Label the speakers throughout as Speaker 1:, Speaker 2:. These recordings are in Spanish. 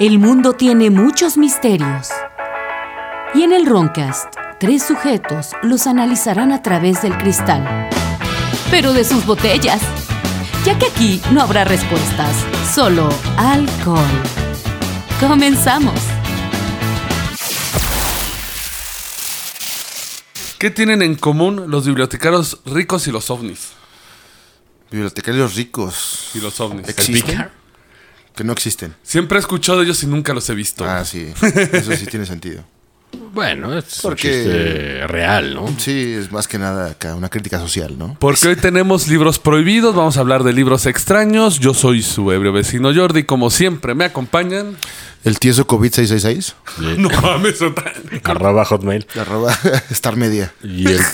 Speaker 1: El mundo tiene muchos misterios. Y en el Roncast, tres sujetos los analizarán a través del cristal. Pero de sus botellas. Ya que aquí no habrá respuestas, solo alcohol. Comenzamos.
Speaker 2: ¿Qué tienen en común los bibliotecarios ricos y los ovnis?
Speaker 3: Bibliotecarios ricos.
Speaker 2: Y los ovnis.
Speaker 3: ¿Existen? Que no existen.
Speaker 2: Siempre he escuchado de ellos y nunca los he visto.
Speaker 3: Ah, sí. Eso sí tiene sentido.
Speaker 4: Bueno, es
Speaker 3: Porque-
Speaker 4: un chiste real, ¿no?
Speaker 3: Sí, es más que nada acá una crítica social, ¿no?
Speaker 2: Porque hoy tenemos libros prohibidos, vamos a hablar de libros extraños. Yo soy su ebrio vecino Jordi, como siempre me acompañan.
Speaker 3: El tieso COVID666,
Speaker 2: No mames, otra-
Speaker 4: Arroba Hotmail.
Speaker 3: arroba Star Media.
Speaker 4: Y el.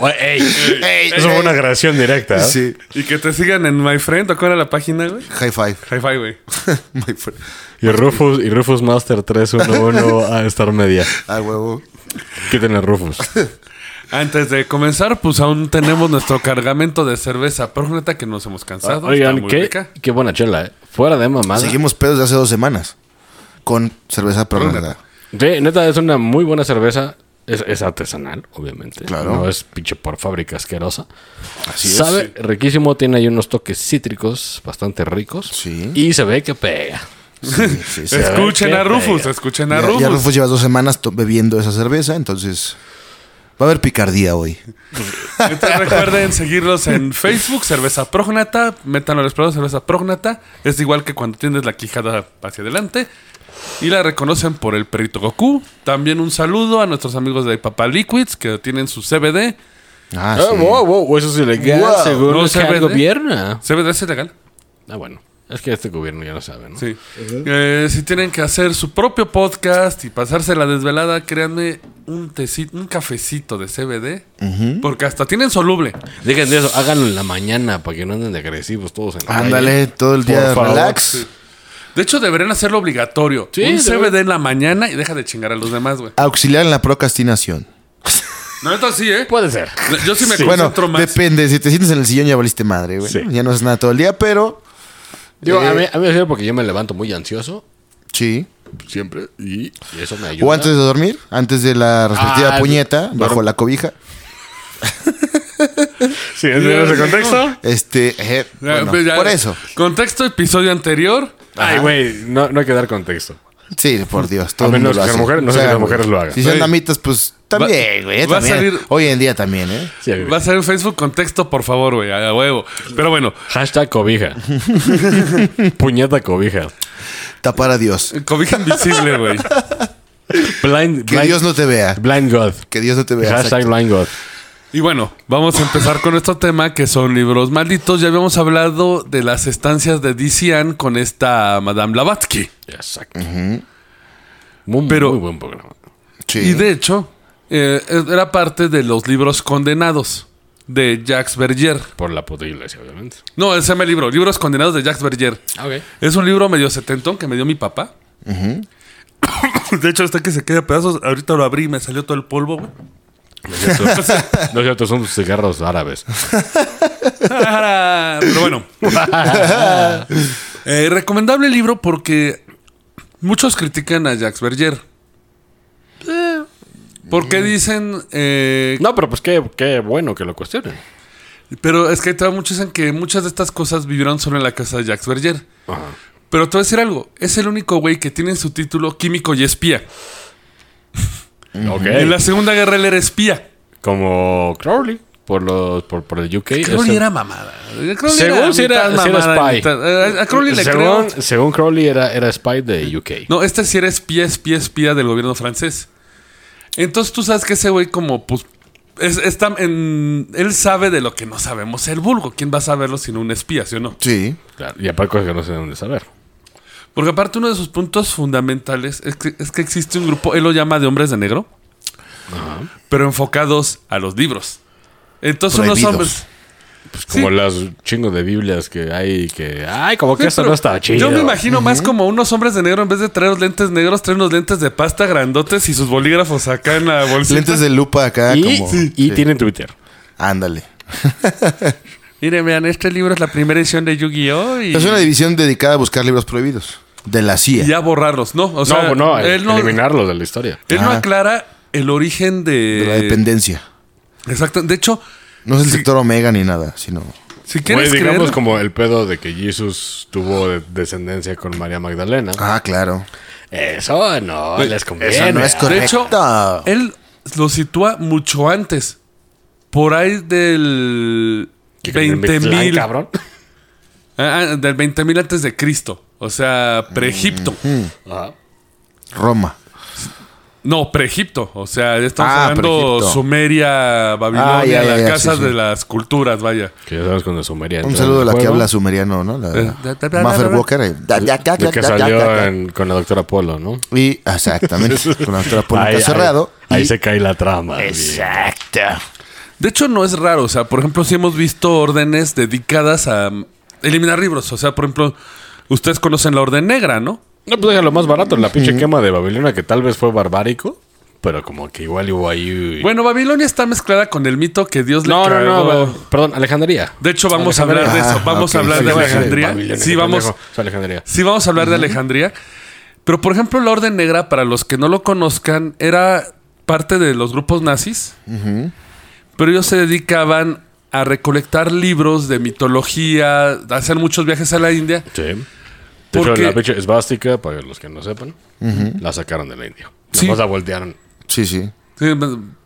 Speaker 4: Oh, ey. Eso fue una grabación directa. ¿eh?
Speaker 3: Sí,
Speaker 2: Y que te sigan en My Friend, ¿o cuál era la página, güey?
Speaker 3: high five.
Speaker 2: Hi-Fi, güey.
Speaker 3: My friend.
Speaker 4: Y Rufus, y Rufus Master 311 a Star Media.
Speaker 3: Ah, huevo.
Speaker 4: Quiten a Rufus.
Speaker 2: Antes de comenzar, pues aún tenemos nuestro cargamento de cerveza. Pero neta que nos hemos cansado. está
Speaker 4: Ah, Oigan,
Speaker 2: muy
Speaker 4: qué,
Speaker 2: rica.
Speaker 4: qué buena chela, ¿eh? Fuera de mamada.
Speaker 3: Seguimos pedos de hace dos semanas. Con cerveza prolongada.
Speaker 4: Sí, neta, es una muy buena cerveza. Es, es artesanal, obviamente.
Speaker 3: Claro.
Speaker 4: No es pinche por fábrica asquerosa.
Speaker 3: Así es.
Speaker 4: Sabe riquísimo, tiene ahí unos toques cítricos bastante ricos.
Speaker 3: Sí.
Speaker 4: Y se ve que pega.
Speaker 3: Sí, sí, sí.
Speaker 4: Es-
Speaker 2: Escuchen
Speaker 4: Qué
Speaker 2: a Rufus,
Speaker 4: pega.
Speaker 2: escuchen a
Speaker 3: Ya, ya
Speaker 2: Rufus.
Speaker 3: Rufus lleva dos semanas to- bebiendo esa cerveza, entonces va a haber picardía hoy.
Speaker 2: Entonces, recuerden seguirlos en Facebook, Cerveza Prógnata. Métanlo al explorador, Cerveza Prógnata. Es igual que cuando tienes la quijada hacia adelante. Y la reconocen por el perrito Goku. También un saludo a nuestros amigos de Papá Liquids que tienen su CBD.
Speaker 3: Ah,
Speaker 4: Ah,
Speaker 3: sí.
Speaker 4: wow, wow, eso es ilegal,
Speaker 3: Wow.
Speaker 4: según
Speaker 2: No
Speaker 4: lo
Speaker 2: se
Speaker 4: que el
Speaker 2: vende.
Speaker 4: gobierno.
Speaker 2: CBD es legal.
Speaker 4: Ah, bueno. Es que este gobierno ya lo sabe, ¿no?
Speaker 2: Sí. Eh, si tienen que hacer su propio podcast y pasarse la desvelada, créanme un tecito, un cafecito de CBD. Porque hasta tienen soluble.
Speaker 4: Dejen de eso, háganlo en la mañana para que no anden de agresivos todos en la calle.
Speaker 3: Ándale, todo el
Speaker 4: Por
Speaker 3: día
Speaker 4: favor.
Speaker 3: relax.
Speaker 2: De hecho, deberían hacerlo obligatorio.
Speaker 4: Sí,
Speaker 2: un
Speaker 4: de-
Speaker 2: CBD en la mañana y deja de chingar a los demás, güey.
Speaker 3: Auxiliar en la procrastinación.
Speaker 2: No, entonces sí, ¿eh?
Speaker 4: Puede ser.
Speaker 2: Yo sí me
Speaker 3: Bueno,
Speaker 2: concentro más.
Speaker 3: depende. Si te sientes en el sillón ya valiste madre, güey.
Speaker 4: Sí.
Speaker 3: Ya no haces nada todo el día, pero...
Speaker 4: Digo, a
Speaker 3: eh,
Speaker 4: mí, a mí me sirve porque yo me levanto muy ansioso,
Speaker 3: Sí.
Speaker 4: siempre, y, y eso me ayuda.
Speaker 3: O antes de dormir, antes de la respectiva
Speaker 4: Ah,
Speaker 3: puñeta,
Speaker 4: duerm-
Speaker 3: bajo la cobija.
Speaker 4: Sí, en ese contexto.
Speaker 3: Este, eh,
Speaker 2: Ya,
Speaker 3: bueno,
Speaker 2: pues ya-
Speaker 3: por eso.
Speaker 2: Contexto, episodio anterior.
Speaker 4: Ay, güey, no, no hay que dar contexto.
Speaker 3: Sí, por Dios. Todo
Speaker 4: A
Speaker 3: el mundo
Speaker 4: menos
Speaker 3: lo
Speaker 4: que
Speaker 3: hace.
Speaker 4: las mujeres- no sé si
Speaker 3: O sea,
Speaker 4: las mujeres lo hagan.
Speaker 3: Si son
Speaker 2: Sí.
Speaker 3: damitas, pues también, güey.
Speaker 2: va a
Speaker 3: también.
Speaker 2: salir-
Speaker 3: Hoy en día también, ¿eh?
Speaker 4: Sí, güey.
Speaker 2: Va a ser en Facebook contexto, por favor, güey, a huevo. Pero bueno,
Speaker 4: Hashtag cobija. Puñeta cobija.
Speaker 3: Tapar a Dios.
Speaker 2: cobija invisible, güey.
Speaker 4: Blind,
Speaker 3: Que
Speaker 4: blind-
Speaker 3: Dios no te vea.
Speaker 4: blind God.
Speaker 3: Que Dios no te vea.
Speaker 4: Hashtag
Speaker 3: exacto.
Speaker 4: blind God.
Speaker 2: Y bueno, vamos a empezar con nuestro tema que son libros malditos. Ya habíamos hablado de las estancias de DCN con esta Madame Blavatsky.
Speaker 4: Exacto. muy,
Speaker 2: Pero-
Speaker 4: muy buen programa.
Speaker 3: Sí.
Speaker 2: Y de hecho, eh, era parte de los libros condenados de Jacques Berger.
Speaker 4: Por la puta iglesia, obviamente.
Speaker 2: No, ese me libro, Libros condenados de Jacques Berger.
Speaker 4: Ok.
Speaker 2: Es un libro medio setentón que me dio mi papá. De hecho, hasta que se quede a pedazos, ahorita lo abrí y me salió todo el polvo, güey.
Speaker 4: No es cierto, no es cierto, son cigarros árabes.
Speaker 2: Pero bueno. Eh, recomendable libro porque muchos critican a Jacques Berger. Eh, porque dicen... eh,
Speaker 4: No, pero pues qué, qué bueno que lo cuestionen.
Speaker 2: Pero es que ahí te va, muchos dicen que muchas de estas cosas vivieron solo en la casa de Jacques Berger.
Speaker 4: Ajá.
Speaker 2: Pero te voy a decir algo. Es el único güey que tiene en su título Químico y Espía.
Speaker 4: Ok.
Speaker 2: En la Segunda Guerra él era espía.
Speaker 4: Como Crowley. Por, los, por, por el UK.
Speaker 2: Crowley
Speaker 4: Ese-
Speaker 2: era mamada. Crowley
Speaker 4: Según si era,
Speaker 2: mitad
Speaker 4: si era
Speaker 2: mamada,
Speaker 4: spy.
Speaker 2: mitad- eh, A Crowley le creo.
Speaker 4: según, según Crowley era, era spy de UK.
Speaker 2: No, este sí era espía, espía, espía del gobierno francés. Entonces tú sabes que ese güey como pues... es- está en- él sabe de lo que no sabemos el vulgo. ¿Quién va a saberlo sino un espía, sí o no?
Speaker 3: Sí.
Speaker 4: Claro, y aparte cosas que no sé de dónde saber.
Speaker 2: Porque aparte uno de sus puntos fundamentales es que, es que existe un grupo, él lo llama de hombres de negro, pero enfocados a los libros. Entonces unos
Speaker 3: Prohibidos.
Speaker 2: hombres...
Speaker 4: Pues como
Speaker 2: Sí.
Speaker 4: las chingos de Biblias que hay que. Ay, como que esto
Speaker 2: pero
Speaker 4: no está chido.
Speaker 2: Yo me imagino más como unos hombres de negro en vez de traer los lentes negros, traen unos lentes de pasta grandotes y sus bolígrafos acá en la bolsita.
Speaker 3: Lentes de lupa
Speaker 2: Ah,
Speaker 3: acá,
Speaker 4: Y,
Speaker 3: como.
Speaker 4: y
Speaker 3: sí.
Speaker 4: tienen Twitter.
Speaker 3: Ándale.
Speaker 2: Miren, vean, este libro es la primera edición de Yu-Gi-Oh! y-
Speaker 3: Es una división dedicada a buscar libros prohibidos. de la CIA.
Speaker 2: y a borrarlos. No, o sea,
Speaker 4: no, no,
Speaker 2: él no,
Speaker 4: eliminarlo de la historia.
Speaker 2: él no
Speaker 3: Ajá.
Speaker 2: aclara el origen de.
Speaker 3: De la dependencia.
Speaker 2: Exacto. De hecho,
Speaker 3: No es el
Speaker 2: eh, Sí.
Speaker 3: sector Omega ni nada, sino.
Speaker 2: si quieres
Speaker 4: Güey, digamos
Speaker 2: creer-
Speaker 4: como el pedo de que Jesús tuvo de- descendencia con María Magdalena.
Speaker 3: Ah, claro.
Speaker 4: Eso no
Speaker 2: Güey,
Speaker 4: les conviene.
Speaker 3: eso no es co-
Speaker 2: De hecho,
Speaker 3: Correcto.
Speaker 2: él lo sitúa mucho antes. Por ahí del
Speaker 4: Que con el
Speaker 2: 20.000.
Speaker 4: Mictlán, cabrón.
Speaker 2: Ah, ah, del 20.000 antes de Cristo. O sea, pre-Egipto.
Speaker 3: Mm,
Speaker 4: Ajá.
Speaker 3: Roma.
Speaker 2: No, pre-Egipto. O sea, ya estamos
Speaker 3: Ah,
Speaker 2: hablando
Speaker 3: pre-Egipto.
Speaker 2: Sumeria, Babilonia,
Speaker 3: Ah, ya, ya,
Speaker 2: las
Speaker 3: ya,
Speaker 2: casas
Speaker 3: sí, sí.
Speaker 2: de las culturas, vaya.
Speaker 4: Que ya sabes cuando Sumeria.
Speaker 3: Un
Speaker 4: entró
Speaker 3: saludo a
Speaker 4: en
Speaker 3: la que
Speaker 4: juego,
Speaker 3: habla sumeriano, ¿no? La,
Speaker 2: Eh, da, da,
Speaker 3: Maffer
Speaker 2: da, da,
Speaker 3: Walker. eh, da, da, da,
Speaker 4: De que
Speaker 3: da, da,
Speaker 4: salió
Speaker 3: da, da.
Speaker 4: en- con la doctora Polo, ¿no?
Speaker 3: Y exactamente, con la doctora Polo
Speaker 4: Ahí- ahí-
Speaker 3: cerrado.
Speaker 4: Ahí
Speaker 3: y-
Speaker 4: se cae la trama.
Speaker 3: Exacto.
Speaker 2: De hecho, no es raro. O sea, por ejemplo, sí hemos visto órdenes dedicadas a mm, eliminar libros. O sea, por ejemplo, ustedes conocen la Orden Negra, ¿no?
Speaker 4: No, pues déjalo más barato, la pinche quema de Babilonia, que tal vez fue barbárico, pero como que igual hubo ahí.
Speaker 2: Bueno, Babilonia está mezclada con el mito que Dios le
Speaker 4: no, no, no,
Speaker 2: cagó.
Speaker 4: ba- perdón, Alejandría.
Speaker 2: De hecho, vamos a hablar de eso.
Speaker 3: Ah,
Speaker 2: Vamos a
Speaker 3: ok.
Speaker 2: hablar
Speaker 3: Sí,
Speaker 2: de
Speaker 3: sí, sí.
Speaker 2: Alejandría. Sí, vamos,
Speaker 4: a Alejandría.
Speaker 2: sí, vamos a hablar de Alejandría. Pero, por ejemplo, la Orden Negra, para los que no lo conozcan, era parte de los grupos nazis. Pero ellos se dedicaban a recolectar libros de mitología, a hacer muchos viajes a la India.
Speaker 4: Sí. De hecho,
Speaker 2: Porque-
Speaker 4: la pinche esvástica, para los que no sepan, la sacaron de la India.
Speaker 2: Sí.
Speaker 4: Nomás la voltearon.
Speaker 3: Sí, sí.
Speaker 2: Sí, eh,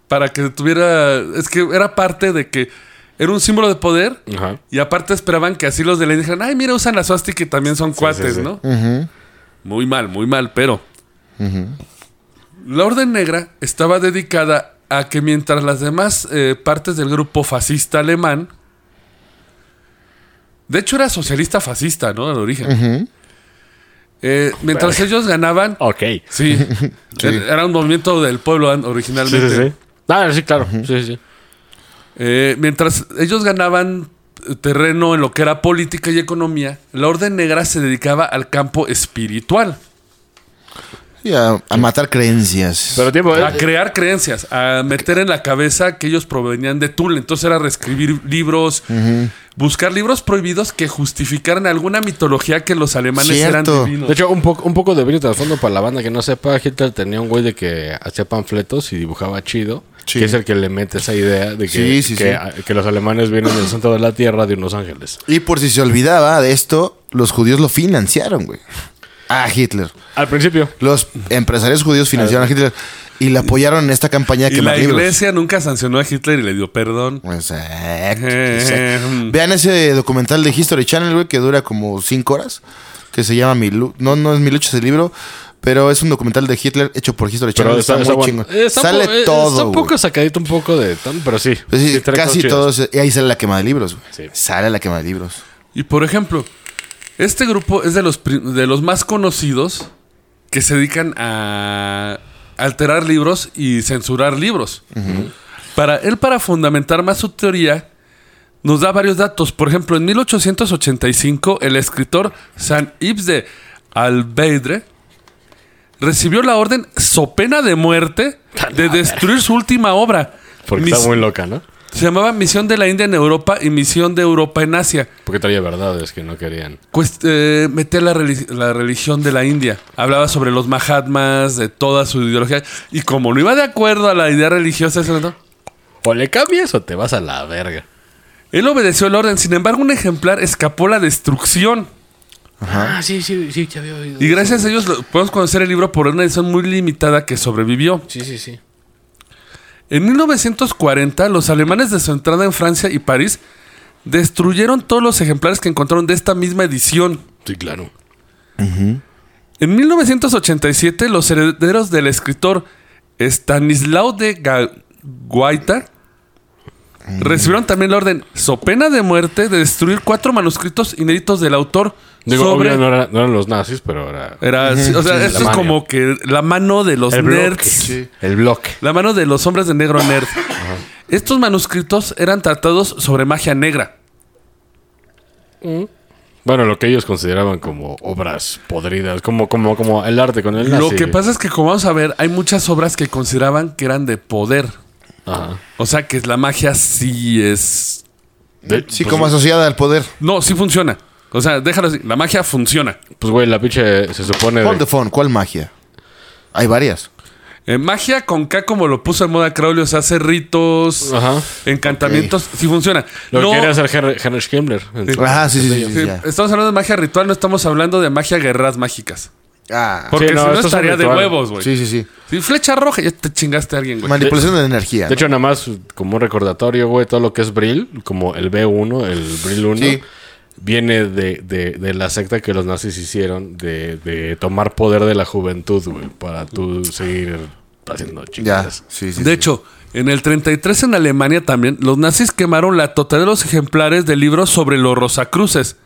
Speaker 2: para que tuviera. Es que era parte de que era un símbolo de poder.
Speaker 4: Ajá.
Speaker 2: Y aparte esperaban que así los de la India dijeran, ay, mira, usan la swastika y también son cuates,
Speaker 4: sí, sí.
Speaker 2: ¿no? Muy mal, muy mal, pero. La Orden Negra estaba dedicada a que mientras las demás eh, partes del grupo fascista alemán. De hecho, era socialista fascista, ¿no? Al origen. Eh, mientras ellos ganaban.
Speaker 4: Ok.
Speaker 2: Sí, Era un movimiento del pueblo an-
Speaker 4: Sí,
Speaker 2: originalmente.
Speaker 4: sí, sí. Ah, sí, claro. Sí, sí.
Speaker 2: Eh, mientras ellos ganaban eh, terreno en lo que era política y economía, la Orden Negra se dedicaba al campo espiritual,
Speaker 3: Y a, a matar creencias.
Speaker 4: Pero tiempo,
Speaker 2: a
Speaker 4: eh,
Speaker 2: crear creencias, a meter en la cabeza que ellos provenían de Tul. Entonces era reescribir libros, buscar libros prohibidos que justificaran alguna mitología que los alemanes
Speaker 3: Cierto.
Speaker 2: eran divinos.
Speaker 4: De hecho, un poco, un poco de brillo trasfondo para la banda que no sepa. Hitler tenía un güey de que hacía panfletos y dibujaba chido.
Speaker 3: Sí.
Speaker 4: Que es el que le mete esa idea de que,
Speaker 3: Sí, sí,
Speaker 4: que,
Speaker 3: sí.
Speaker 4: a- que los alemanes vienen del centro de la tierra de unos ángeles.
Speaker 3: Y por si se olvidaba de esto, los judíos lo financiaron, güey. A Hitler.
Speaker 4: Al principio.
Speaker 3: Los empresarios judíos financiaron a Hitler y le apoyaron en esta campaña que
Speaker 2: Y la iglesia nunca sancionó a Hitler y le dio perdón.
Speaker 3: Pues, Exacto.
Speaker 2: Eh,
Speaker 4: mm.
Speaker 3: exacto. Vean ese documental de History Channel, güey, que dura como cinco horas, que se llama Milu. No, no es Milucho ese libro, pero es un documental de Hitler hecho por History Channel.
Speaker 4: Pero
Speaker 3: está,
Speaker 4: está, está
Speaker 3: muy
Speaker 4: bueno.
Speaker 3: chingón.
Speaker 4: Eh, está un
Speaker 3: Sale
Speaker 4: po- eh, Está
Speaker 3: todo.
Speaker 4: un
Speaker 3: güey.
Speaker 4: poco sacadito, un poco de. tan- Pero sí.
Speaker 3: Es decir,
Speaker 4: sí, trae cosas
Speaker 3: casi
Speaker 4: chidas.
Speaker 3: todos. Y ahí sale la quema de libros, güey.
Speaker 4: Sí.
Speaker 3: Sale la quema de libros.
Speaker 2: Y por ejemplo, este grupo es de los, pri- de los más conocidos que se dedican a alterar libros y censurar libros. Para él, para fundamentar más su teoría, nos da varios datos. Por ejemplo, en 1885, el escritor San Yves de Albeidre recibió la orden, so pena de muerte, de destruir su última obra.
Speaker 4: Porque
Speaker 2: Mis-
Speaker 4: está muy loca, ¿no?
Speaker 2: Se llamaba Misión de la India en Europa y Misión de Europa en Asia
Speaker 4: Porque traía verdades que no querían.
Speaker 2: pues, eh, metía la, reli- la religión de la India. Hablaba sobre los Mahatmas, de toda su ideología. Y como no iba de acuerdo a la idea religiosa, eso, ¿no?
Speaker 4: O le cambias o te vas a la verga.
Speaker 2: él obedeció el orden. Sin embargo, un ejemplar escapó a la destrucción.
Speaker 5: Ah, sí, sí, sí, ya había oído.
Speaker 2: Y gracias a ellos lo- podemos conocer el libro por una edición muy limitada que sobrevivió.
Speaker 5: Sí, sí, sí.
Speaker 2: En 1940, los alemanes de su entrada en Francia y París destruyeron todos los ejemplares que encontraron de esta misma edición.
Speaker 4: Sí, claro.
Speaker 2: En 1987, los herederos del escritor Stanislao de Ga- Guaita recibieron también la orden, so pena de muerte, de destruir cuatro manuscritos inéditos del autor
Speaker 4: Digo,
Speaker 2: sobre...
Speaker 4: obvio, no, era- no eran los nazis, pero era.
Speaker 2: Era- sí, o sea,
Speaker 4: Sí,
Speaker 2: esto
Speaker 4: la
Speaker 2: es
Speaker 4: mano.
Speaker 2: como que la mano de los
Speaker 4: el bloque.
Speaker 2: nerds.
Speaker 4: El bloque.
Speaker 2: La mano de los hombres de negro nerd. Estos manuscritos eran tratados sobre magia negra.
Speaker 4: Bueno, lo que ellos consideraban como obras podridas, como, como, como el arte con el
Speaker 2: Lo
Speaker 4: nazi.
Speaker 2: que pasa es que, como vamos a ver, hay muchas obras que consideraban que eran de poder.
Speaker 4: Ajá.
Speaker 2: O sea, que la magia sí es
Speaker 4: De-
Speaker 3: Sí,
Speaker 4: pues,
Speaker 3: como asociada al poder.
Speaker 2: No, sí funciona. O sea, déjalo así. La magia funciona.
Speaker 4: Pues, güey, la pinche se supone. de-
Speaker 3: Hold the phone, ¿cuál magia? Hay varias.
Speaker 2: Eh, magia con K, como lo puso en moda Crowley, o sea, hace ritos,
Speaker 4: Ajá.
Speaker 2: encantamientos. Sí funciona.
Speaker 4: Lo
Speaker 2: No-
Speaker 4: que quería hacer Henry, Henry Himmler.
Speaker 3: Ajá, sí, sí, sí.
Speaker 2: Sí,
Speaker 3: sí, ya.
Speaker 2: Estamos hablando de magia ritual, no estamos hablando de magia guerreras mágicas.
Speaker 3: Ah,
Speaker 2: Porque
Speaker 4: Sí, no,
Speaker 2: si no
Speaker 4: esto es un
Speaker 2: estaría de
Speaker 4: ritual.
Speaker 2: huevos, güey.
Speaker 3: sí, sí, sí.
Speaker 2: Si flecha roja, ya te chingaste a alguien, güey.
Speaker 3: Manipulación de energía.
Speaker 4: De hecho, nada más como un recordatorio, güey, todo lo que es Brill, como el B1, el Brill 1,
Speaker 3: Sí.
Speaker 4: viene de, de- de la secta que los nazis hicieron de, de tomar poder de la juventud, güey, para tú seguir haciendo
Speaker 3: ¿no? Ya,
Speaker 4: chingadas.
Speaker 3: sí, sí.
Speaker 2: De
Speaker 3: sí.
Speaker 2: hecho, en el 33 en Alemania también, los nazis quemaron la totalidad de los ejemplares de libros sobre los Rosacruces.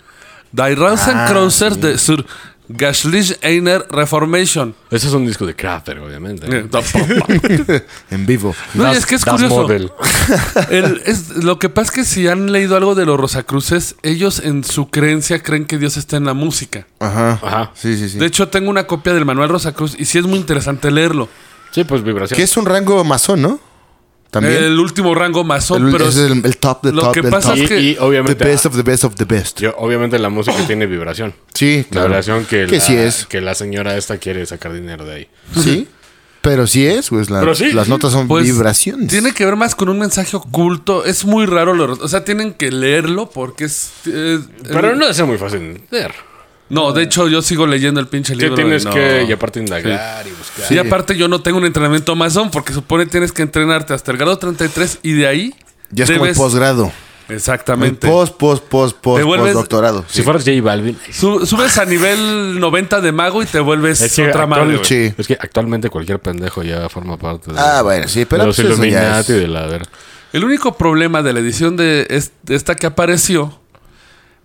Speaker 2: Die
Speaker 3: Ah,
Speaker 2: Rosenkreuzers de Sur Gashlich Einer Reformation.
Speaker 4: Ese es un disco de Kraftwerk, obviamente.
Speaker 2: Eh, tampoco.
Speaker 3: En vivo.
Speaker 2: No, y
Speaker 4: Das-
Speaker 2: es que es
Speaker 4: Das
Speaker 2: curioso.
Speaker 4: Model.
Speaker 2: El- es- lo que pasa es que si han leído algo de los Rosacruces, ellos en su creencia creen que Dios está en la música.
Speaker 3: Ajá.
Speaker 4: Ajá.
Speaker 3: Sí, sí, sí.
Speaker 2: De hecho, tengo una copia del manual Rosacruz y sí es muy interesante leerlo.
Speaker 4: Sí, pues vibración.
Speaker 3: que es un rango masón, ¿no? También.
Speaker 2: El último rango masón,
Speaker 3: El-
Speaker 2: pero
Speaker 3: ese es el, el top de
Speaker 2: lo
Speaker 3: top
Speaker 2: que
Speaker 3: del
Speaker 2: pasa
Speaker 3: top.
Speaker 2: es
Speaker 4: Y,
Speaker 2: que-
Speaker 4: y
Speaker 3: The
Speaker 4: obviamente,
Speaker 3: best of the best of the best.
Speaker 4: yo- obviamente la música tiene vibración.
Speaker 3: Sí,
Speaker 4: La
Speaker 3: claro.
Speaker 4: vibración que,
Speaker 3: Que
Speaker 4: la,
Speaker 3: sí es.
Speaker 4: que la señora esta quiere sacar dinero de ahí.
Speaker 3: Sí. Pero sí es, pues la-
Speaker 4: Pero sí.
Speaker 3: las notas son
Speaker 2: pues,
Speaker 3: vibraciones.
Speaker 2: tiene que ver más con un mensaje oculto. Es muy raro. lo- o sea, tienen que leerlo porque es... eh,
Speaker 4: Pero
Speaker 2: eh,
Speaker 4: no es muy fácil de entender.
Speaker 2: no, de hecho yo sigo leyendo el pinche
Speaker 4: Sí,
Speaker 2: libro.
Speaker 4: tienes
Speaker 2: y no.
Speaker 4: que, y aparte, indagar y buscar.
Speaker 2: Y aparte yo no tengo un entrenamiento masón porque supone que tienes que entrenarte hasta el grado 33 y de ahí...
Speaker 3: ya es como el
Speaker 2: debes-
Speaker 3: posgrado. El
Speaker 2: Exactamente.
Speaker 3: post, post, post, post,
Speaker 2: Te vuelves-
Speaker 3: post doctorado.
Speaker 4: Si fueras J Balvin.
Speaker 2: Su- subes a nivel 90 de mago y te vuelves
Speaker 4: Es que
Speaker 2: otra madre.
Speaker 4: actual-
Speaker 2: güey.
Speaker 3: Sí.
Speaker 4: Es que actualmente cualquier pendejo ya forma parte de,
Speaker 3: Ah, bueno, sí, pero
Speaker 4: de los
Speaker 3: pues, eso ya
Speaker 4: Illuminati
Speaker 3: es-
Speaker 4: de la ver.
Speaker 2: El único problema de la edición de, es- de esta que apareció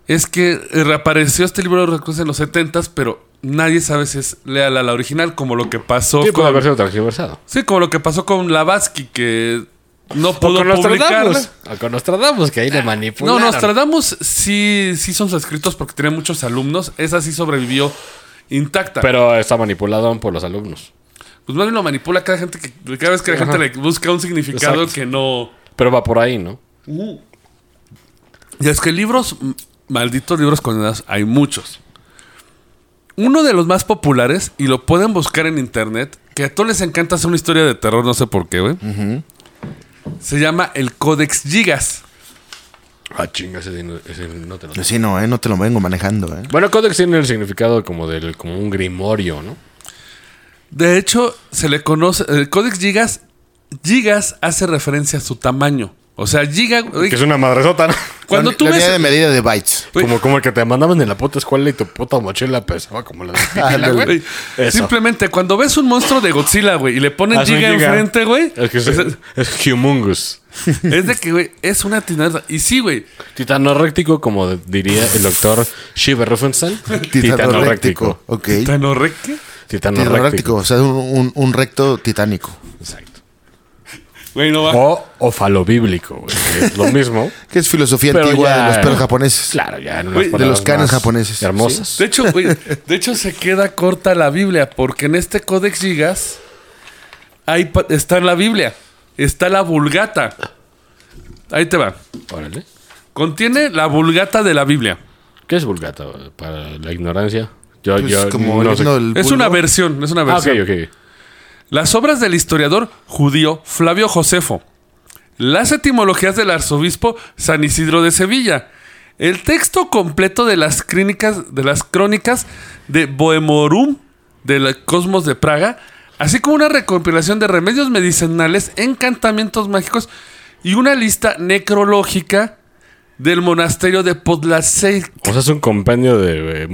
Speaker 2: es que eh, reapareció este libro de los recursos en los 70 pero nadie sabe si es leal a la original, como lo que pasó
Speaker 4: Sí, puede
Speaker 2: Pues con.
Speaker 4: haber sido transversado.
Speaker 2: Sí, como lo que pasó con Lavasky, que no
Speaker 4: O
Speaker 2: pudo
Speaker 4: con Nostradamus.
Speaker 2: publicarla.
Speaker 4: O con Nostradamus, que ahí le
Speaker 2: Pues No,
Speaker 4: manipularon.
Speaker 2: Nostradamus sí, sí son escritos porque tenía muchos alumnos. Esa sí sobrevivió intacta.
Speaker 4: Pero está manipulado por los alumnos.
Speaker 2: pues más bien lo manipula cada gente que cada vez que la gente le busca un significado
Speaker 4: Exacto.
Speaker 2: que no.
Speaker 4: Pero va por ahí, ¿no?
Speaker 2: Y es que libros, m- malditos libros condenados, hay muchos. Uno de los más populares, y lo pueden buscar en internet, que a todos les encanta hacer una historia de terror, no sé por qué, güey. Se llama El Códex Gigas.
Speaker 4: Ah, chinga, ese, sí no- ese no te lo
Speaker 3: Sí, no, eh, no te lo vengo manejando, eh.
Speaker 4: Bueno, Codex tiene el significado como del como un grimorio, ¿no?
Speaker 2: De hecho, se le conoce. El Códex Gigas. Gigas hace referencia a su tamaño. O sea, giga. güey,
Speaker 4: Que es una madresota, ¿no?
Speaker 2: cuando
Speaker 3: la,
Speaker 2: tú
Speaker 3: la
Speaker 2: ves.
Speaker 3: unidad de medida de bytes.
Speaker 2: Güey.
Speaker 4: Como, como el que te mandaban en la puta escuela y tu puta mochila pesaba como Ah, la de Pipila,
Speaker 3: Ándale.
Speaker 4: güey. Eso.
Speaker 2: Simplemente cuando ves un monstruo de Godzilla, güey, y le ponen
Speaker 4: Hazme
Speaker 2: giga,
Speaker 4: giga.
Speaker 2: enfrente, güey.
Speaker 4: Es que es,
Speaker 2: o sea,
Speaker 4: es humongous.
Speaker 2: es de que, güey, es una tinada. Y sí, güey.
Speaker 4: Titanorréctico, como de- diría el doctor Shiva Ruffenstein.
Speaker 3: Titanorréctico.
Speaker 4: Titanorréctico.
Speaker 3: Ok.
Speaker 2: ¿Tanorreque?
Speaker 3: Titanorréctico,
Speaker 4: Titanorréctico.
Speaker 3: o sea, un, un- un recto titánico.
Speaker 4: Exacto.
Speaker 2: Güey, no va.
Speaker 4: O ofalobíblico, güey, que es lo mismo.
Speaker 3: Que es filosofía
Speaker 4: Pero
Speaker 3: antigua
Speaker 4: ya-
Speaker 3: de los perros japoneses.
Speaker 4: Claro, ya en unas
Speaker 2: Güey, de
Speaker 4: palabras
Speaker 3: los canes
Speaker 4: más
Speaker 3: japoneses.
Speaker 4: Hermosas.
Speaker 2: De hecho, güey, de hecho se queda corta la Biblia porque en este Codex Gigas ahí pa- está la Biblia, está la Vulgata. Ahí te va.
Speaker 4: Órale.
Speaker 2: Contiene la Vulgata de la Biblia.
Speaker 4: ¿Qué es vulgata? güey? Para la ignorancia. Yo,
Speaker 3: Pues,
Speaker 4: yo
Speaker 3: como
Speaker 4: no
Speaker 3: el
Speaker 4: sé.
Speaker 3: himno del
Speaker 2: Es una
Speaker 3: vulgo.
Speaker 2: versión, es una
Speaker 4: Ah, ok,
Speaker 2: versión.
Speaker 4: ok.
Speaker 2: Las obras del historiador judío Flavio Josefo. Las etimologías del arzobispo San Isidro de Sevilla. El texto completo de las crónicas de, las crónicas de Bohemorum del Cosmos de Praga, así como una recompilación de remedios medicinales, encantamientos mágicos y una lista necrológica del monasterio de Podlasek.
Speaker 4: O sea, es un compendio de eh,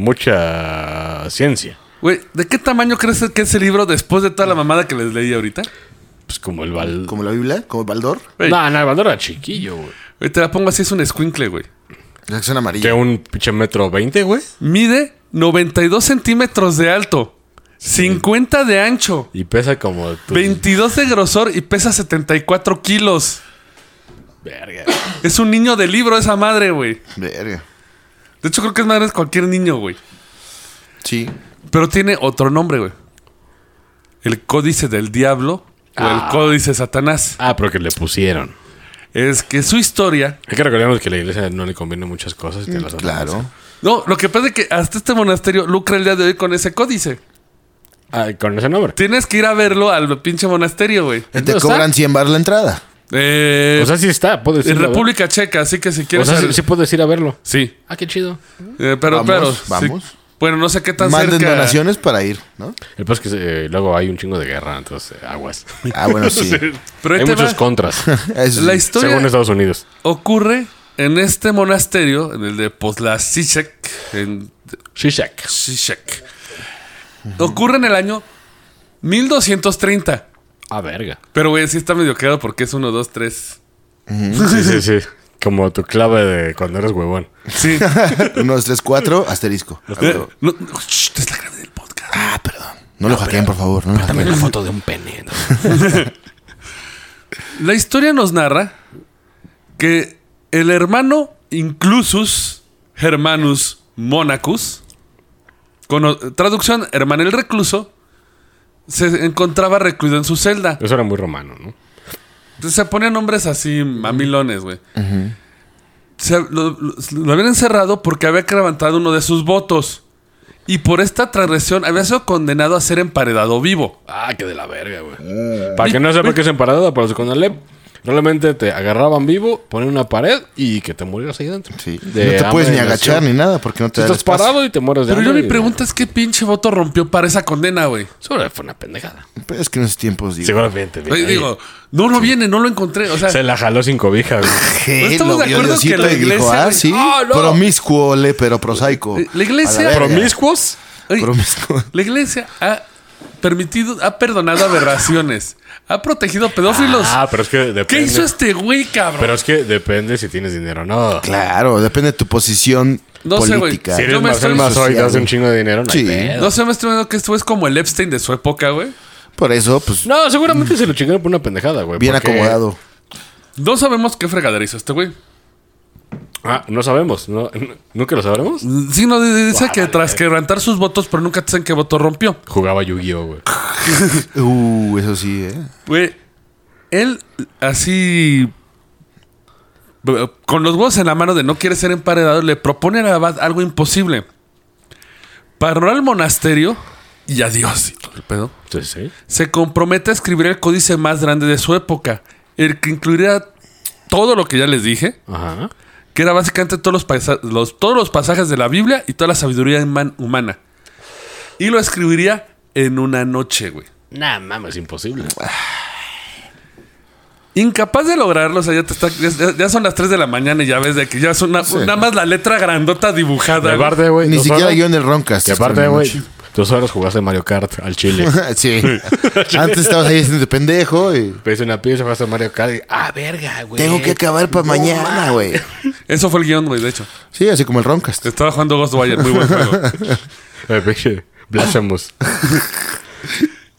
Speaker 4: mucha ciencia.
Speaker 2: Güey, ¿de qué tamaño crees que es el libro después de toda la mamada que les leí ahorita?
Speaker 4: Pues como el val...
Speaker 3: Como la Biblia, como Baldor.
Speaker 2: Güey,
Speaker 4: No, no, el Baldor era chiquillo, güey.
Speaker 2: güey, te la pongo así, es un escuincle, güey.
Speaker 3: La acción
Speaker 4: Que
Speaker 3: amarilla.
Speaker 4: un pinche metro veinte, güey.
Speaker 2: Mide 92 centímetros de alto, 50 de ancho,
Speaker 4: Y pesa como... tu-
Speaker 2: 22 de grosor y pesa 74 kilos.
Speaker 4: Verga.
Speaker 2: Es un niño de libro esa madre, güey.
Speaker 3: Verga.
Speaker 2: De hecho, creo que es madre de cualquier niño, güey.
Speaker 3: Sí.
Speaker 2: Pero tiene otro nombre, güey. El Códice del Diablo o el Códice Satanás.
Speaker 4: Ah, pero que le pusieron.
Speaker 2: Es que su historia
Speaker 4: Hay que recordarnos que a la iglesia no le conviene muchas cosas y te las
Speaker 3: Mm, Claro.
Speaker 4: hacen.
Speaker 2: No, lo que pasa es que hasta este monasterio lucra el día de hoy con ese códice.
Speaker 4: Ah, con ese nombre.
Speaker 2: Tienes que ir a verlo al pinche monasterio, güey.
Speaker 3: Y
Speaker 4: ¿Dónde
Speaker 3: te
Speaker 4: está?
Speaker 3: cobran 100 bar la entrada.
Speaker 2: Eh,
Speaker 4: O sea, sí está, puedes ir.
Speaker 2: en
Speaker 4: a ver.
Speaker 2: República Checa, así que si
Speaker 4: O
Speaker 2: quieres.
Speaker 4: sea,
Speaker 2: al-
Speaker 4: sí, sí puedes ir a verlo.
Speaker 2: Sí.
Speaker 5: Ah, qué chido.
Speaker 2: Eh, pero,
Speaker 3: Vamos,
Speaker 2: pero.
Speaker 3: vamos.
Speaker 2: sí. Bueno, no sé qué tan
Speaker 3: Manden
Speaker 2: cerca.
Speaker 3: donaciones para ir, ¿no?
Speaker 4: El problema es que eh, luego hay un chingo de guerra, entonces eh, aguas.
Speaker 3: Ah, bueno, sí.
Speaker 2: Pero ahí
Speaker 4: Hay
Speaker 2: te
Speaker 4: muchos
Speaker 2: va.
Speaker 4: contras,
Speaker 3: Eso
Speaker 2: La
Speaker 3: sí.
Speaker 2: historia
Speaker 4: según Estados Unidos.
Speaker 2: ocurre en este monasterio, en el de Poslasicek, en
Speaker 4: Shishak.
Speaker 2: Zizek. Ocurre en el año 1230.
Speaker 4: Ah, verga.
Speaker 2: Pero, güey, sí está medio quedado porque es 1, 2, 3.
Speaker 4: Sí, sí, sí. Como tu clave de cuando eres huevón.
Speaker 2: Sí.
Speaker 3: Uno, dos, tres, cuatro, asterisco. Ah,
Speaker 2: Eh,
Speaker 3: bueno. Ah,
Speaker 2: no, no, shh, es la grande del podcast.
Speaker 3: No lo hackeen, por favor. No lo hackeen.
Speaker 5: También la foto de un pene. ¿no?
Speaker 2: La historia nos narra que el hermano Inclusus Hermanus Monacus, con o- traducción hermano el recluso, se encontraba recluido en su celda.
Speaker 4: Eso era muy romano, ¿no?
Speaker 2: Se ponían nombres así mamilones, güey. Se- lo, lo- lo habían encerrado porque había levantado uno de sus votos. Y por esta transgresión había sido condenado a ser emparedado vivo.
Speaker 4: Ah, que de la verga, güey. Ah. Para que no sepa que es emparada, para los con Alep, realmente te agarraban vivo, ponían una pared y que te murieras ahí dentro.
Speaker 3: Sí. No
Speaker 4: De
Speaker 3: te puedes
Speaker 4: hambre,
Speaker 3: ni
Speaker 4: de
Speaker 3: agachar
Speaker 4: nación.
Speaker 3: ni nada porque no te
Speaker 4: Tú
Speaker 3: da el
Speaker 4: estás
Speaker 3: espacio.
Speaker 4: parado y te mueres de
Speaker 2: Pero yo
Speaker 4: hambre
Speaker 2: mi
Speaker 4: y-
Speaker 2: pregunta es qué pinche voto rompió para esa condena, güey.
Speaker 4: Solo fue una pendejada.
Speaker 3: Pero es que en esos tiempos, digo.
Speaker 4: Seguramente.
Speaker 2: Oye,
Speaker 4: mira,
Speaker 2: digo, no, no viene, no lo encontré. O sea,
Speaker 4: Se la jaló sin cobija, güey.
Speaker 3: ¿Qué?
Speaker 2: No estamos
Speaker 3: Lo
Speaker 2: de
Speaker 3: vio
Speaker 2: acuerdo que
Speaker 3: Diosito
Speaker 2: la
Speaker 3: y dijo,
Speaker 2: iglesia-
Speaker 3: ah, sí,
Speaker 2: Ah, no.
Speaker 3: promiscuo, ole, pero prosaico.
Speaker 2: Eh, la iglesia-
Speaker 3: A verga.
Speaker 4: ¿Promiscuos?
Speaker 2: oye,
Speaker 3: Promiscuo.
Speaker 2: la iglesia ha permitido, ha perdonado aberraciones, ha protegido pedófilos.
Speaker 4: Ah, pero es que depende.
Speaker 2: ¿Qué hizo este güey, cabrón?
Speaker 4: Pero es que depende si tienes dinero o no.
Speaker 3: Claro, depende de tu posición
Speaker 2: No sé, güey.
Speaker 3: política.
Speaker 4: Si
Speaker 2: Yo
Speaker 4: eres
Speaker 2: me
Speaker 4: Marcel
Speaker 2: estoy
Speaker 4: Mazoy y te das
Speaker 3: asociando.
Speaker 4: un chingo de dinero, no hay
Speaker 3: Sí.
Speaker 4: pedo.
Speaker 2: no sé, me estoy viendo que esto es como el Epstein de su época, güey.
Speaker 3: Por eso, pues,
Speaker 4: No, seguramente se lo chingaron por una pendejada, güey.
Speaker 3: bien
Speaker 4: porque-
Speaker 3: acomodado.
Speaker 2: No sabemos qué fregadera hizo este güey.
Speaker 4: Ah, no sabemos. No, ¿Nunca lo sabremos?
Speaker 2: Sí, no, di- di- dice que
Speaker 4: eh.
Speaker 2: tras quebrantar sus votos, pero nunca dicen qué voto rompió.
Speaker 4: Jugaba Yu-Gi-Oh, güey.
Speaker 3: Uh, eso sí, ¿eh?
Speaker 2: Güey, él así... b- Con los huevos en la mano de no quiere ser emparedado, le propone al abad algo imposible. Paró al monasterio y adiós. y todo el pedo.
Speaker 4: Sí, sí.
Speaker 2: Se compromete a escribir el códice más grande de su época, el que incluiría todo lo que ya les dije,
Speaker 4: Ajá.
Speaker 2: que era básicamente todos los, paisa- los- todos los pasajes de la Biblia y toda la sabiduría human- humana. Y lo escribiría en una noche, güey.
Speaker 4: Nah, mames, imposible.
Speaker 2: Incapaz de lograrlo, o sea, ya, te está- ya- ya son las 3 de la mañana y ya ves de que ya es una, nada más la letra grandota dibujada.
Speaker 4: De parte, güey.
Speaker 3: Ni
Speaker 4: dos
Speaker 3: siquiera
Speaker 4: horas-
Speaker 3: yo en el Roncast.
Speaker 4: Y aparte,
Speaker 3: Estoy
Speaker 4: güey,
Speaker 3: mucho.
Speaker 4: dos horas jugaste Mario Kart al chile.
Speaker 3: sí. Antes estabas ahí haciendo pendejo y...
Speaker 4: Pediste una pieza, jugaste Mario Kart y... Ah, verga, güey.
Speaker 3: Tengo que acabar para mañana, güey.
Speaker 2: Eso fue el guión, güey, de hecho.
Speaker 3: Sí, así como el Roncast.
Speaker 2: Estaba jugando Ghostwire, muy buen juego.
Speaker 4: Eh, pinche Blasphemous.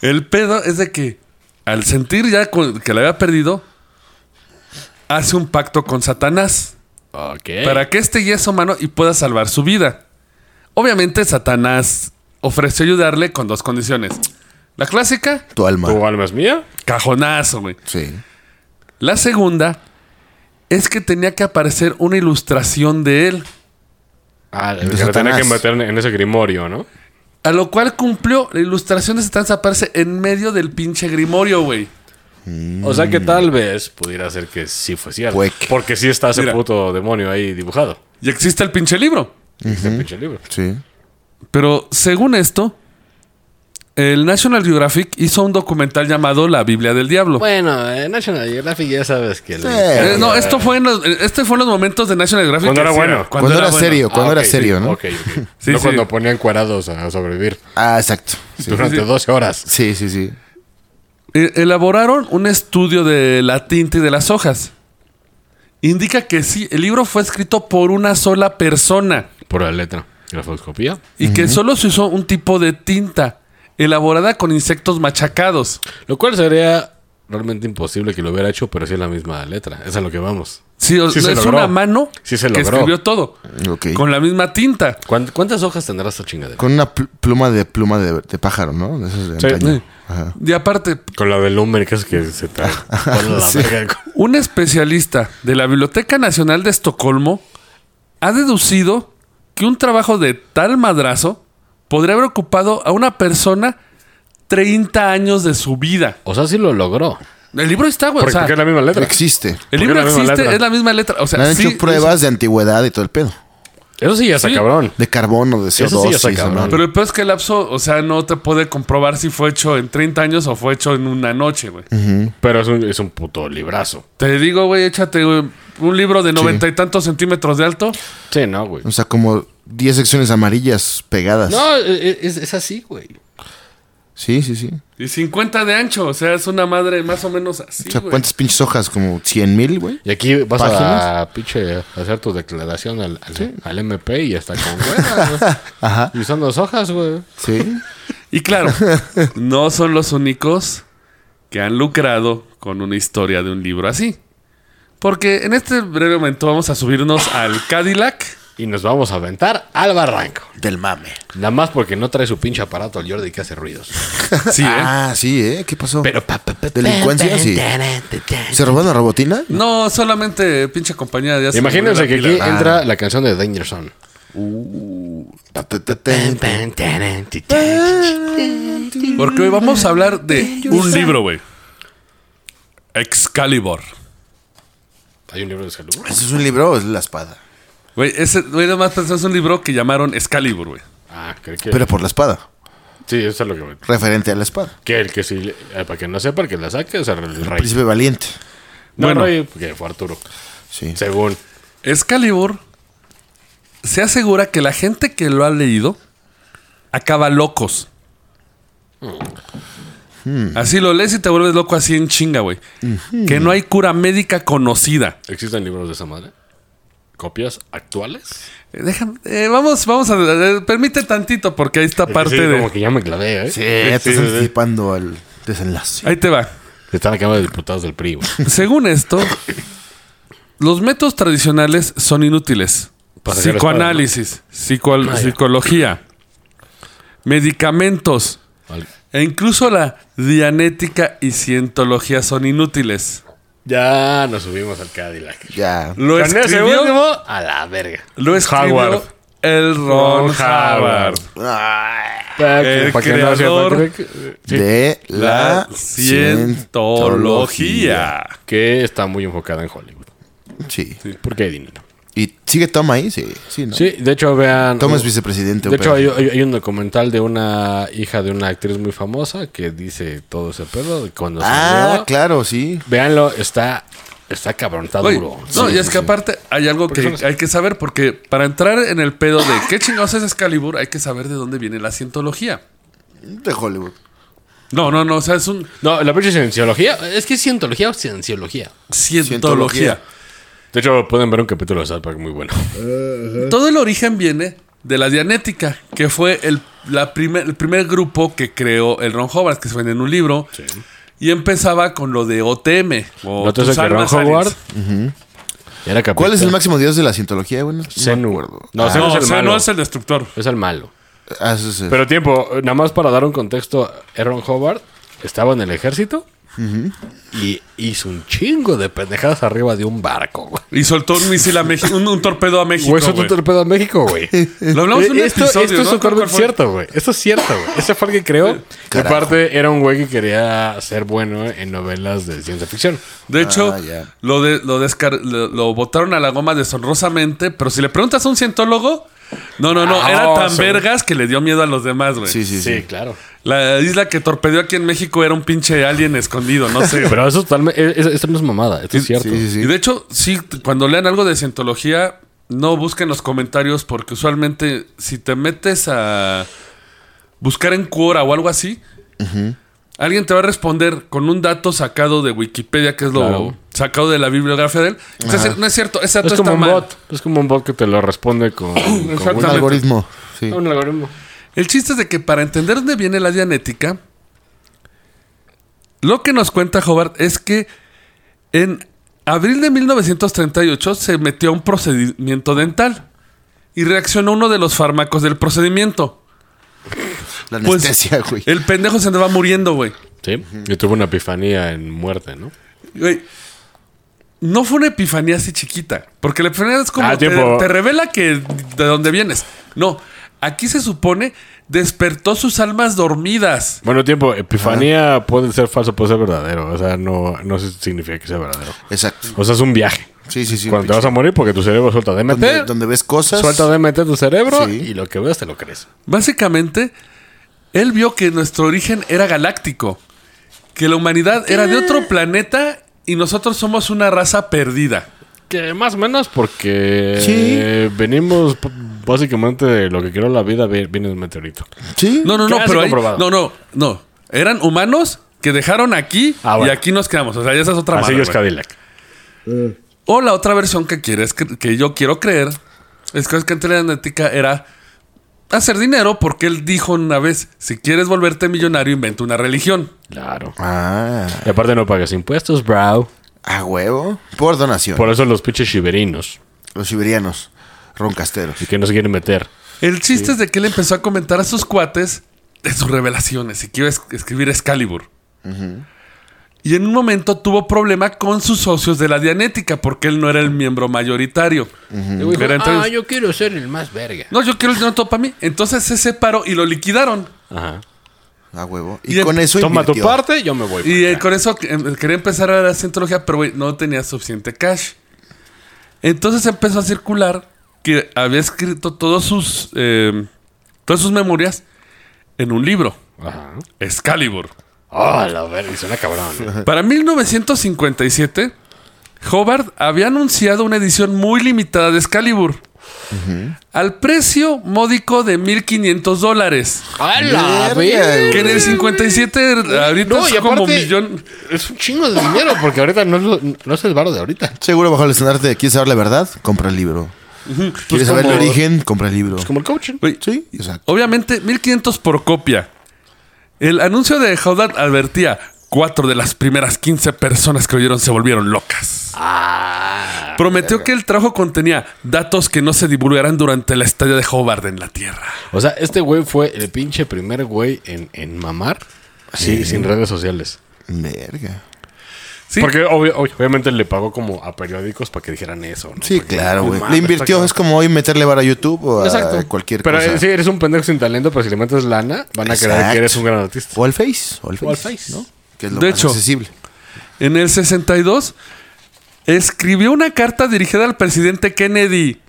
Speaker 2: El pedo es de que al sentir ya con- que la había perdido, hace un pacto con Satanás
Speaker 4: Ok.
Speaker 2: para que este guíe a su mano y pueda salvar su vida. Obviamente Satanás ofreció ayudarle con dos condiciones. La clásica,
Speaker 3: Tu alma.
Speaker 4: ¿Tu alma es mía?
Speaker 2: cajonazo, güey.
Speaker 3: Sí.
Speaker 2: La segunda es que tenía que aparecer una ilustración de él,
Speaker 4: Ah,
Speaker 3: De
Speaker 4: que la tenía que
Speaker 3: Satanás.
Speaker 4: meter en- en ese grimorio, ¿no?
Speaker 2: a lo cual cumplió. La ilustración de Satanás aparece en medio del pinche grimorio, güey.
Speaker 4: O sea que tal vez pudiera ser Mm. que sí fue cierto.
Speaker 3: Puec.
Speaker 4: Porque sí está ese
Speaker 2: Mira.
Speaker 4: puto demonio ahí dibujado.
Speaker 2: Y existe el pinche libro.
Speaker 4: Ese pinche libro.
Speaker 3: Sí.
Speaker 2: Pero según esto, el National Geographic hizo un documental llamado La Biblia del Diablo.
Speaker 4: Bueno, en National Geographic ya sabes que...
Speaker 3: Eh,
Speaker 2: Eh, no, esto fue en los, eh, este fue en los momentos de National Geographic.
Speaker 4: Cuando
Speaker 2: que
Speaker 4: era
Speaker 2: sí
Speaker 4: bueno.
Speaker 3: Cuando, era,
Speaker 2: bueno.
Speaker 3: serio, cuando era serio, ¿no?
Speaker 4: Ah, Ok, ok.
Speaker 2: Sí,
Speaker 4: no
Speaker 2: sí.
Speaker 4: cuando ponían cuadrados a sobrevivir
Speaker 3: Ah, exacto. Sí.
Speaker 4: durante
Speaker 2: sí, sí.
Speaker 4: 12 horas.
Speaker 3: sí, sí, sí.
Speaker 2: Eh, elaboraron un estudio de la tinta y de las hojas. Indica que sí, el libro fue escrito por una sola persona
Speaker 4: Por la letra. Grafoscopía.
Speaker 2: y que solo se usó un tipo de tinta elaborada con insectos machacados.
Speaker 4: Lo cual sería realmente imposible que lo hubiera hecho, pero sí es la misma letra. Es a lo que vamos.
Speaker 2: Sí, o-
Speaker 4: Sí se
Speaker 2: es
Speaker 4: logró.
Speaker 2: una mano
Speaker 4: Sí se
Speaker 2: que
Speaker 4: logró.
Speaker 2: escribió todo
Speaker 3: Ok.
Speaker 2: con la misma tinta.
Speaker 4: ¿Cuán- ¿Cuántas hojas tendrá esta chingadera?
Speaker 3: Con una pl- pluma de pluma de, de pájaro, ¿no? De esos de
Speaker 4: Sí.
Speaker 3: antaño.
Speaker 2: Sí.
Speaker 3: Ajá.
Speaker 2: Y aparte,
Speaker 4: Con la del Lumen, que es que se trae. Con la verga.
Speaker 2: Un especialista de la Biblioteca Nacional de Estocolmo ha deducido que un trabajo de tal madrazo podría haber ocupado a una persona 30 años de su vida.
Speaker 4: O sea, sí lo logró.
Speaker 2: El libro está, güey. O
Speaker 4: Porque,
Speaker 2: sea,
Speaker 4: porque es la misma letra.
Speaker 3: Existe.
Speaker 2: el
Speaker 4: porque
Speaker 2: libro
Speaker 4: es la misma
Speaker 2: existe,
Speaker 4: letra.
Speaker 2: es la misma letra. O
Speaker 3: Le
Speaker 2: sea,
Speaker 3: han
Speaker 2: sí,
Speaker 3: hecho pruebas de antigüedad y todo el pedo.
Speaker 4: Eso sí ya está
Speaker 2: Sí.
Speaker 4: cabrón.
Speaker 3: De carbono, de
Speaker 4: Eso
Speaker 3: CO2.
Speaker 4: sí ya está
Speaker 3: sí,
Speaker 4: cabrón.
Speaker 3: son-
Speaker 2: Pero el peor es que el lapso, o sea, no te puede comprobar si fue hecho en 30 años o fue hecho en una noche, güey.
Speaker 4: Pero es un, es un puto librazo.
Speaker 2: Te digo, güey, échate güey, un libro de noventa y tantos centímetros de alto.
Speaker 4: Sí, no, güey.
Speaker 3: O sea, como 10 secciones amarillas pegadas.
Speaker 5: No, e- e- es, es así, güey.
Speaker 3: Sí, sí, sí.
Speaker 2: Y 50 de ancho, o sea, es una madre más o menos así,
Speaker 3: O sea,
Speaker 2: güey.
Speaker 3: ¿cuántas pinches hojas? ¿Como 100 mil, güey?
Speaker 4: Y aquí vas
Speaker 3: Páginas.
Speaker 4: a pinche hacer tu declaración al, al, al MP y hasta con huevas, güey.
Speaker 3: Ajá.
Speaker 4: Y usando las hojas, güey.
Speaker 3: Sí.
Speaker 2: Y claro, no son los únicos que han lucrado con una historia de un libro así. Porque en este breve momento vamos a subirnos al Cadillac.
Speaker 4: Y nos vamos a aventar al barranco.
Speaker 3: Del mame.
Speaker 4: Nada más porque no trae su pinche aparato el Jordi que hace ruidos.
Speaker 2: Sí, ¿eh?
Speaker 3: Ah, sí, ¿eh? ¿Qué pasó?
Speaker 4: Pero pa, pa, pa,
Speaker 3: ¿Delincuencia? Sí. ¿Se robaron la robotina?
Speaker 2: No, solamente pinche compañía de hace-
Speaker 4: Imagínense que aquí
Speaker 3: Ah.
Speaker 4: entra la canción de Danger Zone.
Speaker 2: Porque hoy vamos a hablar de un libro, güey. Excalibur.
Speaker 4: Hay un libro de salud.
Speaker 3: ¿Eso es un libro o es la espada?
Speaker 2: Güey, ese, güey, nada más pensé, es un libro que llamaron Excalibur, güey.
Speaker 4: Ah, creo que.
Speaker 3: Pero por la espada.
Speaker 4: sí, eso es lo que me.
Speaker 3: Referente a la espada.
Speaker 4: Que el que sí. le- eh, para que no sepa, el que la saque es el rey.
Speaker 3: Príncipe valiente.
Speaker 4: No,
Speaker 2: Bueno.
Speaker 4: rey, que fue Arturo.
Speaker 3: Sí.
Speaker 4: Según.
Speaker 2: Excalibur se asegura que la gente que lo ha leído acaba locos.
Speaker 4: Hmm.
Speaker 2: Así lo lees y te vuelves loco así en chinga, güey. Que no hay cura médica conocida.
Speaker 4: ¿Existen libros de esa madre? ¿Copias actuales?
Speaker 2: Eh, Déjame, eh, vamos, vamos a... eh, permite tantito porque ahí está parte
Speaker 4: Sí,
Speaker 2: de...
Speaker 4: Como que ya me clavé, ¿eh?
Speaker 3: Sí, ya estás anticipando al desenlace.
Speaker 2: Ahí te va.
Speaker 4: Está en la Cámara de Diputados del PRI, güey.
Speaker 2: Según esto, los métodos tradicionales son inútiles.
Speaker 4: Para sacar
Speaker 2: Psicoanálisis, psicoal-
Speaker 4: Vaya.
Speaker 2: psicología, medicamentos
Speaker 4: Vale.
Speaker 2: e incluso la dianética y cientología son inútiles.
Speaker 4: Ya nos subimos al Cadillac.
Speaker 3: Ya.
Speaker 2: Lo
Speaker 4: Con ese último,
Speaker 2: escribió,
Speaker 4: a la verga.
Speaker 2: lo escribió
Speaker 4: Howard.
Speaker 2: el Ron
Speaker 4: Ron Howard.
Speaker 2: Howard.
Speaker 4: Para
Speaker 2: El
Speaker 4: para no sea-
Speaker 2: creador
Speaker 4: para que-
Speaker 3: Ah,
Speaker 4: sí.
Speaker 3: De
Speaker 2: La
Speaker 3: la, cientología.
Speaker 2: cientología.
Speaker 4: que está muy enfocada en Hollywood.
Speaker 3: Sí.
Speaker 4: Porque hay dinero.
Speaker 3: ¿Y sigue Tom ahí? Sí, sí, ¿no?
Speaker 4: Sí, de hecho, vean.
Speaker 3: Tom es vicepresidente.
Speaker 4: De hecho,
Speaker 3: pero-
Speaker 4: hay, hay- hay un documental de una hija de una actriz muy famosa que dice todo ese pedo. de Cuando
Speaker 3: Ah,
Speaker 4: salió.
Speaker 3: claro, sí.
Speaker 4: Véanlo, está, está cabrón, está
Speaker 2: Güey,
Speaker 4: duro.
Speaker 2: No,
Speaker 4: Sí,
Speaker 2: y es
Speaker 4: sí,
Speaker 2: que
Speaker 4: sí.
Speaker 2: aparte hay algo que hay que saber, porque para entrar en el pedo de qué chingados es Excalibur, hay que saber de dónde viene la cientología.
Speaker 3: De Hollywood.
Speaker 2: No, no, no, o sea, es un
Speaker 4: No, la pinche cienciología. Es que es cientología o cienciología.
Speaker 2: cientología.
Speaker 4: De hecho, pueden ver un capítulo de South Park muy bueno.
Speaker 2: Todo el origen viene de la Dianética, que fue el, la primer, el primer grupo que creó el Ron Howard, que se vende en un libro. Y empezaba con lo de OTM. o
Speaker 3: Oh,
Speaker 4: No te
Speaker 2: tus
Speaker 4: sé que Ron
Speaker 2: almas aliens.
Speaker 4: Howard era capitán.
Speaker 3: ¿Cuál es el máximo dios de la cientología? Bueno,
Speaker 4: Zenu.
Speaker 3: no me acuerdo.
Speaker 4: No, Zenu
Speaker 2: Ah, No,
Speaker 4: es el
Speaker 2: o sea,
Speaker 4: malo.
Speaker 2: no es el destructor.
Speaker 4: Es el malo.
Speaker 3: Ah, eso es-
Speaker 4: Pero tiempo, nada más para dar un contexto, Aaron Howard estaba en el ejército y hizo un chingo de pendejadas arriba de un barco, güey.
Speaker 2: Y soltó un misil a México, un, un torpedo a México.
Speaker 4: Güey, eso tú
Speaker 2: güey.
Speaker 4: te lo pedo a México, güey.
Speaker 2: Lo hablamos en un
Speaker 4: Eh, esto,
Speaker 2: episodio,
Speaker 4: esto
Speaker 2: ¿no?
Speaker 4: es
Speaker 2: Creo que
Speaker 4: totalmente
Speaker 2: fue-
Speaker 4: cierto, güey. Esto es cierto, güey. Ese fue el que creó. Y
Speaker 3: Carajo.
Speaker 4: aparte era un güey que quería ser bueno en novelas de ciencia ficción.
Speaker 2: De hecho,
Speaker 3: Ah, ya.
Speaker 2: lo, de, lo, descar- lo, lo botaron a la goma deshonrosamente, pero si le preguntas a un cientólogo, no, no, no,
Speaker 4: Ah,
Speaker 2: era tan
Speaker 4: sí.
Speaker 2: vergas que le dio miedo a los demás, güey.
Speaker 3: oh, Sí, sí, sí.
Speaker 4: claro.
Speaker 2: La isla que torpedeó aquí en México era un pinche alien escondido, no sé.
Speaker 4: Pero eso totalmente. e- e- Esto no es mamada, esto es cierto.
Speaker 3: sí, sí, sí.
Speaker 2: Y de hecho, sí, t- cuando lean algo de cientología, no busquen los comentarios porque usualmente si te metes a buscar en Quora o algo así, alguien te va a responder con un dato sacado de Wikipedia, que es lo
Speaker 4: Claro.
Speaker 2: sacado de la bibliografía de él. Es decir, no es cierto, ese dato
Speaker 4: Es como
Speaker 2: está
Speaker 4: un
Speaker 2: mal.
Speaker 4: bot. Es como un bot que te lo responde con. con
Speaker 3: Un
Speaker 2: Exactamente.
Speaker 3: algoritmo. Sí.
Speaker 4: un algoritmo.
Speaker 2: El chiste es de que para entender dónde viene la dianética, lo que nos cuenta Hobart es que en abril de 1938 se metió a un procedimiento dental y reaccionó uno de los fármacos del procedimiento.
Speaker 3: La
Speaker 2: Pues,
Speaker 3: anestesia, güey.
Speaker 4: eh,
Speaker 2: El pendejo se andaba muriendo, güey.
Speaker 4: Sí. Yo tuve una epifanía en muerte, ¿no?
Speaker 2: Güey, no fue una epifanía así chiquita. Porque la epifanía es como
Speaker 4: Ah,
Speaker 2: te,
Speaker 4: tiempo.
Speaker 2: te revela que de dónde vienes. No, aquí se supone despertó sus almas dormidas.
Speaker 4: Bueno, tiempo, epifanía puede ser falso, puede ser verdadero. O sea, no, no significa que sea verdadero.
Speaker 3: Exacto.
Speaker 4: O sea, es un viaje.
Speaker 3: Sí, sí, sí.
Speaker 4: Cuando te vas a morir porque tu cerebro suelta DMT.
Speaker 3: donde, donde ves cosas.
Speaker 4: Suelta DMT tu cerebro
Speaker 3: Sí.
Speaker 4: y lo que veas te lo crees.
Speaker 2: Básicamente, él vio que nuestro origen era galáctico. Que la humanidad era de otro planeta y nosotros somos una raza perdida.
Speaker 4: Que más o menos porque
Speaker 3: Sí.
Speaker 4: venimos p- básicamente de lo que quiero la vida, vi- viene un meteorito.
Speaker 3: Sí.
Speaker 2: No, no, no,
Speaker 4: Casi
Speaker 2: pero ahí-
Speaker 4: comprobado.
Speaker 2: no, no, no. Eran humanos que dejaron aquí
Speaker 4: Ah, bueno.
Speaker 2: y aquí nos quedamos. O sea, ya esa es otra
Speaker 4: Así
Speaker 2: madre,
Speaker 4: es
Speaker 2: güey.
Speaker 4: Cadillac.
Speaker 2: O la otra versión que quieres que, que yo quiero creer es que la genética era hacer dinero porque él dijo una vez, si quieres volverte millonario, inventa una religión.
Speaker 4: Claro.
Speaker 3: Ah,
Speaker 4: Y aparte no pagas impuestos, bro.
Speaker 3: a huevo. Por donación.
Speaker 4: Por eso los pinches shiberinos,
Speaker 3: Los siberianos. Roncasteros.
Speaker 4: y que no se quieren meter.
Speaker 2: El chiste es de que él empezó a comentar a sus cuates de sus revelaciones y que iba a es- escribir Excalibur. Y en un momento tuvo problema con sus socios de la Dianética porque él no era el miembro mayoritario. Era entre ellos.
Speaker 5: ah, yo quiero ser el más verga.
Speaker 2: No, yo quiero el dinero todo para mí. Entonces se separó y lo liquidaron.
Speaker 4: Ajá.
Speaker 3: A huevo. Y,
Speaker 2: Y el-
Speaker 3: con eso
Speaker 4: Toma tu
Speaker 3: invirtió.
Speaker 4: parte, yo me voy. pues.
Speaker 2: Y
Speaker 4: para
Speaker 2: eh,
Speaker 4: acá.
Speaker 2: con eso eh, quería empezar a la cientología, pero güey, no tenía suficiente cash. Entonces empezó a circular que había escrito todos sus, eh, todas sus memorias en un libro,
Speaker 4: Ajá.
Speaker 2: Excalibur.
Speaker 4: Oh, la verga, suena cabrón. ¿eh?
Speaker 2: Para 1957, Hobart había anunciado una edición muy limitada de Excalibur. Al precio módico de 1.500 dólares.
Speaker 5: ¡A
Speaker 3: Verga,
Speaker 5: la verga!
Speaker 2: Que en el 57 ahorita
Speaker 5: No, y
Speaker 2: es como
Speaker 5: aparte-
Speaker 2: millón.
Speaker 5: Es un chingo de dinero, porque ahorita no es, lo- no es el varo de ahorita.
Speaker 3: Seguro bajo el estandarte de quieres saber la verdad, compra el libro. Quieres saber el
Speaker 4: como-
Speaker 3: origen, compra Pues el libro.
Speaker 4: Es como el coaching.
Speaker 2: Güey,
Speaker 3: Sí, exacto.
Speaker 2: Obviamente, 1500 por copia. El anuncio de Howdat advertía: cuatro de las primeras 15 personas que oyeron se volvieron locas.
Speaker 5: Ah.
Speaker 2: Prometió que el trabajo contenía datos que no se divulgarán durante la estadía de Hobart en la Tierra.
Speaker 4: O sea, este güey fue el pinche primer güey en, en mamar sí, sin redes sociales.
Speaker 3: Verga.
Speaker 2: Sí,
Speaker 4: Porque obvio- obvio- obviamente le pagó como a periódicos para que dijeran eso. ¿no?
Speaker 3: Sí,
Speaker 4: Porque-
Speaker 3: claro, güey.
Speaker 4: Mames,
Speaker 3: Le invirtió, es
Speaker 4: está
Speaker 3: como hoy meterle vara a YouTube o a
Speaker 4: Exacto.
Speaker 3: cualquier
Speaker 4: pero
Speaker 3: cosa.
Speaker 4: eh, sí, eres un pendejo sin talento, pero si le metes lana, van a creer
Speaker 3: Exacto.
Speaker 4: que eres un gran artista.
Speaker 3: O al Face. O al Face.
Speaker 4: al Face.
Speaker 3: ¿no? Que es lo
Speaker 2: De
Speaker 3: más
Speaker 2: hecho.
Speaker 3: accesible.
Speaker 2: en el 62 escribió una carta dirigida al presidente Kennedy.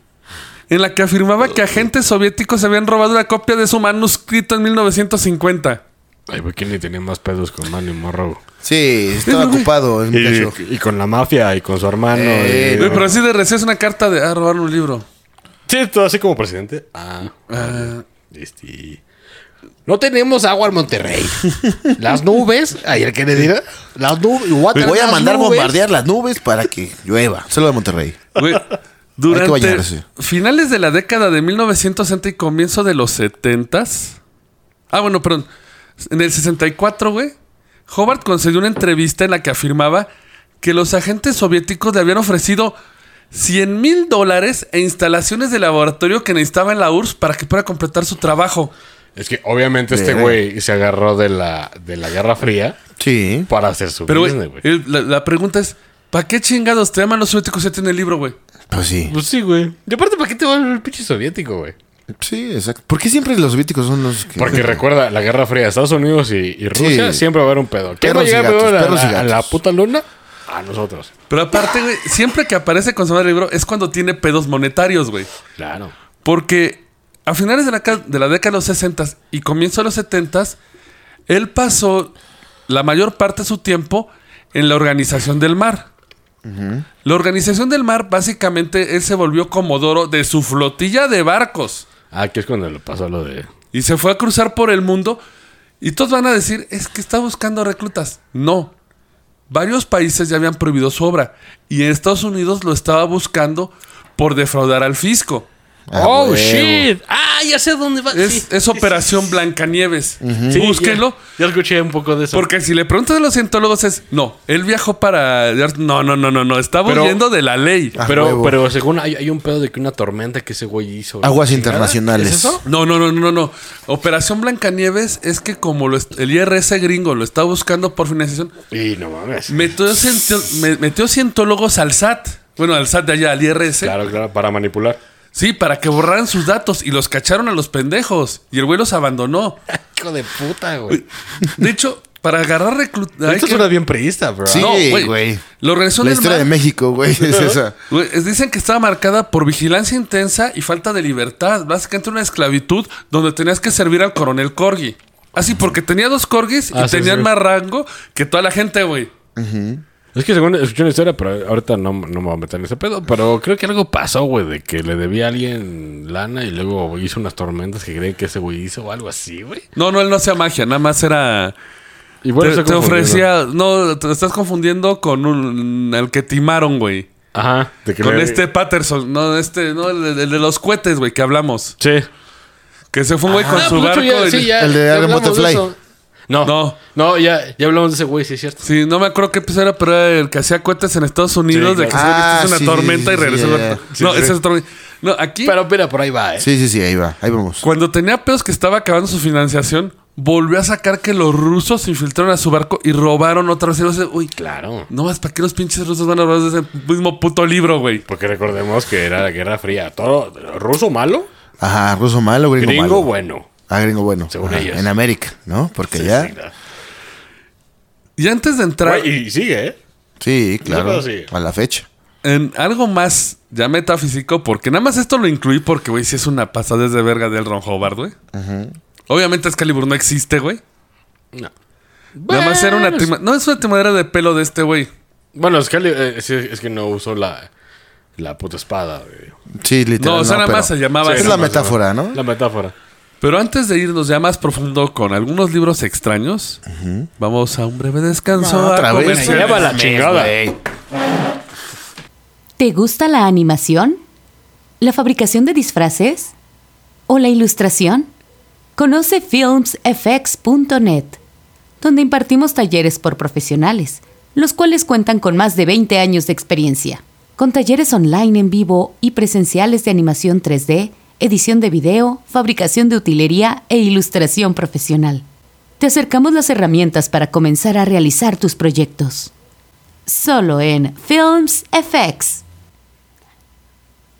Speaker 2: En la que afirmaba que agentes soviéticos habían robado la copia de su manuscrito en 1950.
Speaker 4: Ay, güey, ¿quién le tenía más pedos con Manny Morro?
Speaker 3: Sí, estaba
Speaker 2: güey.
Speaker 3: ocupado el muchacho.
Speaker 4: Y, y con la mafia y con su hermano.
Speaker 3: Eh,
Speaker 4: y-
Speaker 2: Güey, Pero así de recién es una carta de ah, robaron un libro.
Speaker 4: Sí, todo así como presidente. Ah,
Speaker 2: Ah,
Speaker 4: este.
Speaker 5: No tenemos agua en Monterrey. Las nubes, ayer que le dirá, las nubes, Guata,
Speaker 3: Voy a
Speaker 5: las
Speaker 3: mandar
Speaker 5: nubes.
Speaker 3: bombardear las nubes para que llueva. Solo de Monterrey.
Speaker 2: Güey, durante
Speaker 3: bañarse.
Speaker 2: finales de la década de 1960 y comienzo de los 70 Ah, bueno, perdón. En el 64, güey, Hobart concedió una entrevista en la que afirmaba que los agentes soviéticos le habían ofrecido 100 mil dólares e instalaciones de laboratorio que necesitaba en la URSS para que pueda completar su trabajo.
Speaker 4: Es que obviamente este
Speaker 3: Verga.
Speaker 4: güey se agarró de la, de la Guerra Fría
Speaker 3: Sí.
Speaker 4: para hacer su
Speaker 2: Pero,
Speaker 4: business,
Speaker 2: güey,
Speaker 4: güey.
Speaker 2: el- la, la pregunta es: ¿para qué chingados te llaman los soviéticos si ya tiene el libro, güey?
Speaker 3: Pues sí.
Speaker 4: Pues sí, güey. Y aparte, ¿para qué te va el pinche soviético, güey?
Speaker 3: Sí, exacto. ¿Por qué siempre los soviéticos son los que.
Speaker 4: Porque recuerda, la Guerra Fría de Estados Unidos y, y Rusia
Speaker 3: Sí.
Speaker 4: siempre va a haber un pedo. ¿Quién va
Speaker 3: Perros
Speaker 4: a
Speaker 3: y
Speaker 4: llegar
Speaker 3: gatos,
Speaker 4: primero a,
Speaker 3: perros y
Speaker 4: la, a la
Speaker 3: gatos.
Speaker 4: puta luna? A nosotros.
Speaker 2: Pero aparte, güey, siempre que aparece con su madre el libro es cuando tiene pedos monetarios, güey.
Speaker 4: Claro.
Speaker 2: Porque a finales de la, ca- de la década de los 60 y comienzo de los 70, él pasó la mayor parte de su tiempo en la Organización del Mar. La Organización del Mar, básicamente, él se volvió comodoro de su flotilla de barcos.
Speaker 4: Ah, Aquí es cuando le pasó lo de.
Speaker 2: Y se fue a cruzar por el mundo. Y todos van a decir, es que está buscando reclutas. No. Varios países ya habían prohibido su obra. Y en Estados Unidos lo estaba buscando por defraudar al fisco.
Speaker 3: Ah,
Speaker 4: oh,
Speaker 3: huevo.
Speaker 4: shit. Ah, ya sé dónde va.
Speaker 2: Es,
Speaker 4: Sí.
Speaker 2: es Operación Blancanieves.
Speaker 4: Sí,
Speaker 2: Búsquenlo.
Speaker 4: Ya, ya escuché un poco de eso.
Speaker 2: Porque si le preguntas a los cientólogos es, no, él viajó para... No, no, no, no, no, estamos
Speaker 4: Pero-
Speaker 2: yendo de la ley.
Speaker 3: Ah,
Speaker 4: pero,
Speaker 3: huevo. Ah,
Speaker 4: pero según hay, hay un pedo de que una tormenta que ese güey hizo.
Speaker 3: Aguas
Speaker 4: ¿Chingada?
Speaker 3: internacionales.
Speaker 4: ¿Es eso?
Speaker 2: No, no, no, no, no. Operación Blancanieves es que como lo est- el IRS gringo lo está buscando por financiación,
Speaker 4: Y no mames.
Speaker 2: metió, ciento- me- metió cientólogos al SAT. Bueno, al SAT de allá, al IRS.
Speaker 4: Claro, claro, para manipular.
Speaker 2: Sí, para que borraran sus datos y los cacharon a los pendejos. Y el güey los abandonó.
Speaker 5: Hijo de puta, güey.
Speaker 2: De hecho, para agarrar reclutas...
Speaker 5: Esto suena bien priista, bro.
Speaker 3: Sí,
Speaker 2: No, güey.
Speaker 3: güey.
Speaker 2: La organización
Speaker 3: La
Speaker 2: del
Speaker 3: historia de
Speaker 2: mal-
Speaker 3: México, güey, es esa.
Speaker 2: Güey, es- Dicen que estaba marcada por vigilancia intensa y falta de libertad. Básicamente una esclavitud donde tenías que servir al coronel Corgi. Así, porque tenía dos corgis
Speaker 4: Ah,
Speaker 2: y
Speaker 4: sí,
Speaker 2: tenían
Speaker 4: sí.
Speaker 2: más rango que toda la gente, güey.
Speaker 4: Es que según escuché una historia, pero ahorita no, no me voy a meter en ese pedo. Pero creo que algo pasó, güey, de que le debía a alguien lana y luego hizo unas tormentas que creen que ese güey hizo o algo así, güey.
Speaker 2: No, no, él no hacía magia, nada más era.
Speaker 4: Y bueno,
Speaker 2: te,
Speaker 4: se
Speaker 2: te
Speaker 4: confundió,
Speaker 2: ofrecía. No, te estás confundiendo con un. al que timaron, güey.
Speaker 4: ¿no? Ajá. de que
Speaker 2: Con
Speaker 4: le-
Speaker 2: este Patterson. No, este, no, el, de- el de los cohetes, güey, que hablamos.
Speaker 4: Sí. Ah, pues,
Speaker 2: Que se fue un güey con su barco. y- sí,
Speaker 3: El de Dragon
Speaker 4: hablamos
Speaker 3: Butterfly.
Speaker 4: eso.
Speaker 2: No.
Speaker 4: No. No. No, ya, ya hablamos de ese güey, sí es cierto.
Speaker 2: no me acuerdo qué episodio era, pero era el que hacía cohetes en Estados Unidos,
Speaker 4: Sí,
Speaker 2: de que
Speaker 3: claro.
Speaker 2: se
Speaker 3: Ah,
Speaker 2: hizo una
Speaker 3: sí,
Speaker 2: tormenta y
Speaker 3: sí,
Speaker 2: regresó.
Speaker 3: sí,
Speaker 2: la-
Speaker 3: sí,
Speaker 2: no,
Speaker 4: sí.
Speaker 2: ese es otro. No, aquí.
Speaker 5: Pero mira, por ahí va, eh.
Speaker 3: Sí, sí, sí, ahí va, ahí vamos.
Speaker 2: Cuando tenía pedos que estaba acabando su financiación, volvió a sacar que los rusos se infiltraron a su barco y robaron otra vez. Y entonces, uy,
Speaker 4: Claro.
Speaker 2: no más, ¿para qué los pinches rusos van a robar de ese mismo puto libro, güey?
Speaker 4: Porque recordemos que era la Guerra Fría. Todo ruso malo,
Speaker 3: Ajá, ruso malo, gringo,
Speaker 4: gringo
Speaker 3: malo.
Speaker 4: bueno.
Speaker 3: Ah, gringo bueno.
Speaker 4: Según
Speaker 3: Ajá,
Speaker 4: ellos.
Speaker 3: En América, ¿no? Porque
Speaker 4: Sí,
Speaker 3: ya.
Speaker 4: sí, claro.
Speaker 2: Y antes de entrar
Speaker 4: Güey, y sigue, ¿eh?
Speaker 3: Sí, claro.
Speaker 4: pedo sigue.
Speaker 3: A la fecha.
Speaker 2: en algo más ya metafísico, porque nada más esto lo incluí porque, güey, sí es una pasada de verga del Ron Hobart, güey. Obviamente Excalibur no existe, güey.
Speaker 4: No.
Speaker 2: Nada más era una
Speaker 4: Bueno,
Speaker 2: tima- No, es una timadera de pelo de este, güey.
Speaker 4: Bueno, es que, eh, sí, es que no usó la, la puta espada. güey.
Speaker 3: Sí, literal.
Speaker 2: No, o sea, nada
Speaker 3: pero-
Speaker 2: más se llamaba
Speaker 3: Ah, Es
Speaker 2: eso.
Speaker 3: la metáfora, ¿no?
Speaker 4: La metáfora.
Speaker 2: Pero antes de irnos ya más profundo con algunos libros extraños, vamos a un breve descanso.
Speaker 3: No,
Speaker 2: a
Speaker 3: Ah, otra vez,
Speaker 2: comerciales.
Speaker 4: Se lleva la
Speaker 3: Mames,
Speaker 4: chingada.
Speaker 3: güey.
Speaker 1: ¿Te gusta la animación? ¿La fabricación de disfraces? ¿O la ilustración? Conoce filmsfx.net, donde impartimos talleres por profesionales, los cuales cuentan con más de 20 años de experiencia, con talleres online en vivo y presenciales de animación 3D, edición de video, fabricación de utilería e ilustración profesional. Te acercamos las herramientas para comenzar a realizar tus proyectos solo en Films FX.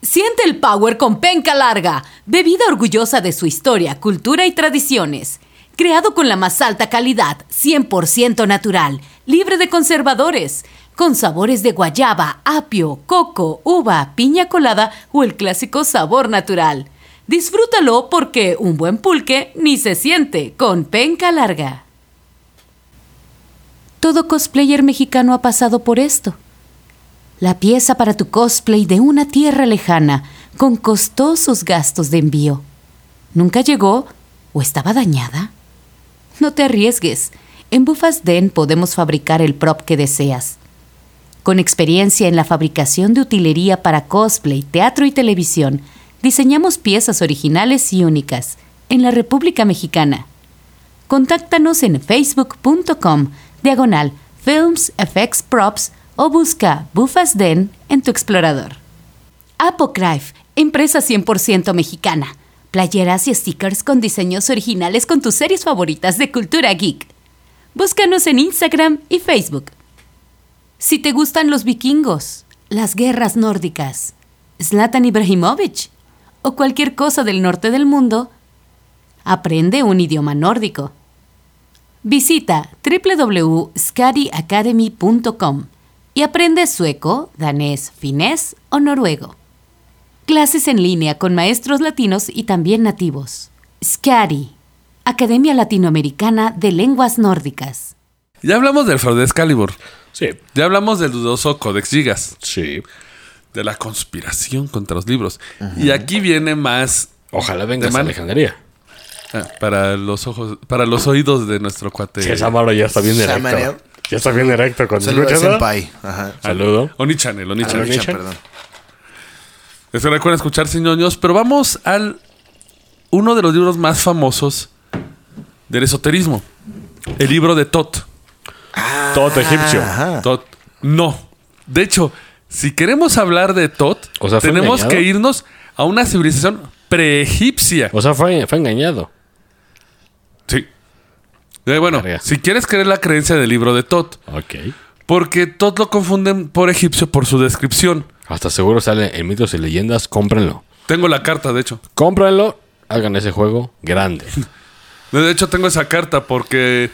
Speaker 1: Siente el power con penca larga, bebida orgullosa de su historia, cultura y tradiciones. Creado con la más alta calidad, 100% natural, libre de conservadores, con sabores de guayaba, apio, coco, uva, piña colada o el clásico sabor natural. Disfrútalo porque un buen pulque ni se siente con penca larga. Todo cosplayer mexicano ha pasado por esto. La pieza para tu cosplay de una tierra lejana, con costosos gastos de envío. ¿Nunca llegó o estaba dañada? No te arriesgues. En Bufas Den podemos fabricar el prop que deseas. Con experiencia en la fabricación de utilería para cosplay, teatro y televisión, diseñamos piezas originales y únicas en la República Mexicana. Contáctanos en facebook.com diagonal Films FX Props o busca Bufas Den en tu explorador. Apocryph, empresa 100% mexicana. Playeras y stickers con diseños originales con tus series favoritas de cultura geek. Búscanos en Instagram y Facebook. Si te gustan los vikingos, las guerras nórdicas, Zlatan Ibrahimovic o cualquier cosa del norte del mundo, Aprende un idioma nórdico. Visita www.scariacademy.com y aprende sueco, danés, finés o noruego. Clases en línea con maestros latinos y también nativos. Scari, Academia Latinoamericana de Lenguas Nórdicas.
Speaker 2: Ya hablamos del fraude de Excalibur.
Speaker 4: Sí.
Speaker 2: Ya hablamos del dudoso Codex Gigas.
Speaker 4: Sí.
Speaker 2: De la conspiración contra los libros. Y aquí viene más
Speaker 4: Ojalá venga
Speaker 2: De
Speaker 4: esa
Speaker 2: man-
Speaker 4: Alejandría.
Speaker 2: ah, para los ojos, para los oídos de nuestro cuate.
Speaker 4: Sí, Samaro ya está bien
Speaker 3: Samaro.
Speaker 4: directo. Ya está bien directo cuando
Speaker 3: Saludos
Speaker 4: escuchas,
Speaker 3: a
Speaker 4: ¿no?
Speaker 3: Senpai. Ajá.
Speaker 4: Saludo.
Speaker 2: Oni Channel, Oni
Speaker 4: Saludo.
Speaker 2: Channel.
Speaker 3: Saludos,
Speaker 4: Saludos.
Speaker 3: perdón.
Speaker 2: Les recuerda escuchar sin ñoños, pero vamos al uno de los libros más famosos del esoterismo. El libro de Tot.
Speaker 4: Todo egipcio.
Speaker 3: Ajá.
Speaker 2: Tot. No. De hecho, si queremos hablar de Tot,
Speaker 4: O sea, ¿fue
Speaker 2: tenemos
Speaker 4: engañado?
Speaker 2: que irnos a una civilización preegipcia.
Speaker 4: O sea, fue, fue engañado.
Speaker 2: Sí. Eh, bueno,
Speaker 4: Verga.
Speaker 2: si quieres creer la creencia del libro de Tot,
Speaker 4: Ok.
Speaker 2: porque Tot lo confunden por egipcio por su descripción.
Speaker 4: Hasta seguro sale en mitos y leyendas. Cómprenlo.
Speaker 2: Tengo la carta, de hecho.
Speaker 4: Cómprenlo. Hagan ese juego grande.
Speaker 2: De hecho, tengo esa carta porque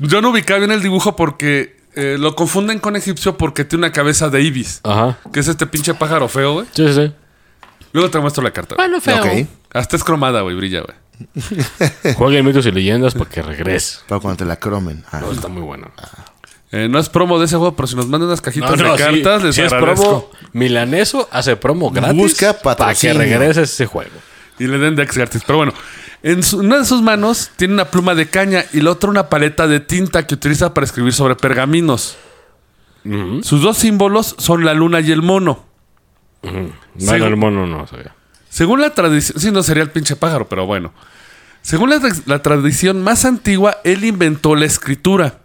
Speaker 2: yo no ubicaba bien el dibujo porque eh, lo confunden con egipcio porque tiene una cabeza de ibis,
Speaker 4: Ajá.
Speaker 2: que es este pinche pájaro feo, güey.
Speaker 4: Sí, sí, sí.
Speaker 2: Luego te muestro la carta. güey.
Speaker 4: Bueno,
Speaker 3: Ok.
Speaker 2: Hasta es cromada, güey, brilla, güey.
Speaker 4: Jueguen mitos y leyendas para que regrese.
Speaker 3: Para cuando te la cromen. Ah.
Speaker 4: No, está muy bueno.
Speaker 2: Eh, no es promo de ese juego, pero si nos mandan unas cajitas de
Speaker 4: sí.
Speaker 2: cartas, les
Speaker 4: si es
Speaker 2: agradezco.
Speaker 4: promo, Milaneso hace promo gratis.
Speaker 3: Busca
Speaker 4: Para que
Speaker 3: patrocinio.
Speaker 4: regreses ese juego.
Speaker 2: Y le den de ex gratis. Pero bueno, en su- una de sus manos tiene una pluma de caña y la otra una paleta de tinta que utiliza para escribir sobre pergaminos. Sus dos símbolos son la luna y el mono.
Speaker 4: No,
Speaker 2: Sí.
Speaker 4: no, el mono no sabía.
Speaker 2: Según la tradición, sí, no sería el pinche pájaro, pero bueno. Según la, tra- la tradición más antigua, él inventó la escritura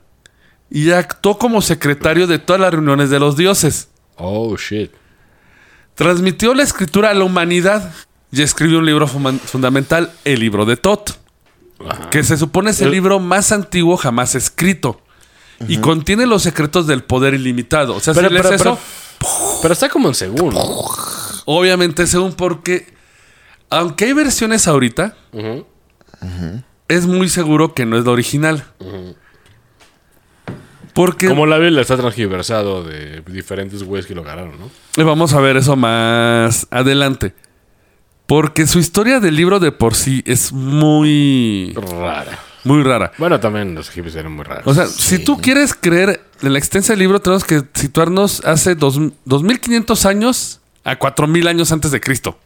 Speaker 2: y actuó como secretario de todas las reuniones de los dioses.
Speaker 4: Oh, shit.
Speaker 2: Transmitió la escritura a la humanidad y escribió un libro fuma- fundamental, el libro de Tot, que se supone es el libro más antiguo jamás escrito y contiene los secretos del poder ilimitado. O sea,
Speaker 4: Pero,
Speaker 2: si lees
Speaker 4: pero,
Speaker 2: eso,
Speaker 4: Pero está como en segundo.
Speaker 2: obviamente según porque, aunque hay versiones ahorita, es muy seguro que no es la original. Porque
Speaker 4: Como la Biblia está transgiversado de diferentes güeyes que lo ganaron, ¿no?
Speaker 2: Eh, Vamos a ver eso más adelante. Porque su historia del libro de por sí es muy,
Speaker 4: Rara.
Speaker 2: muy rara.
Speaker 4: Bueno, también los egipcios eran muy raros.
Speaker 2: O sea, si tú quieres creer en la extensa del libro, tenemos que situarnos hace dos- 2500 años a 4000 años antes de Cristo.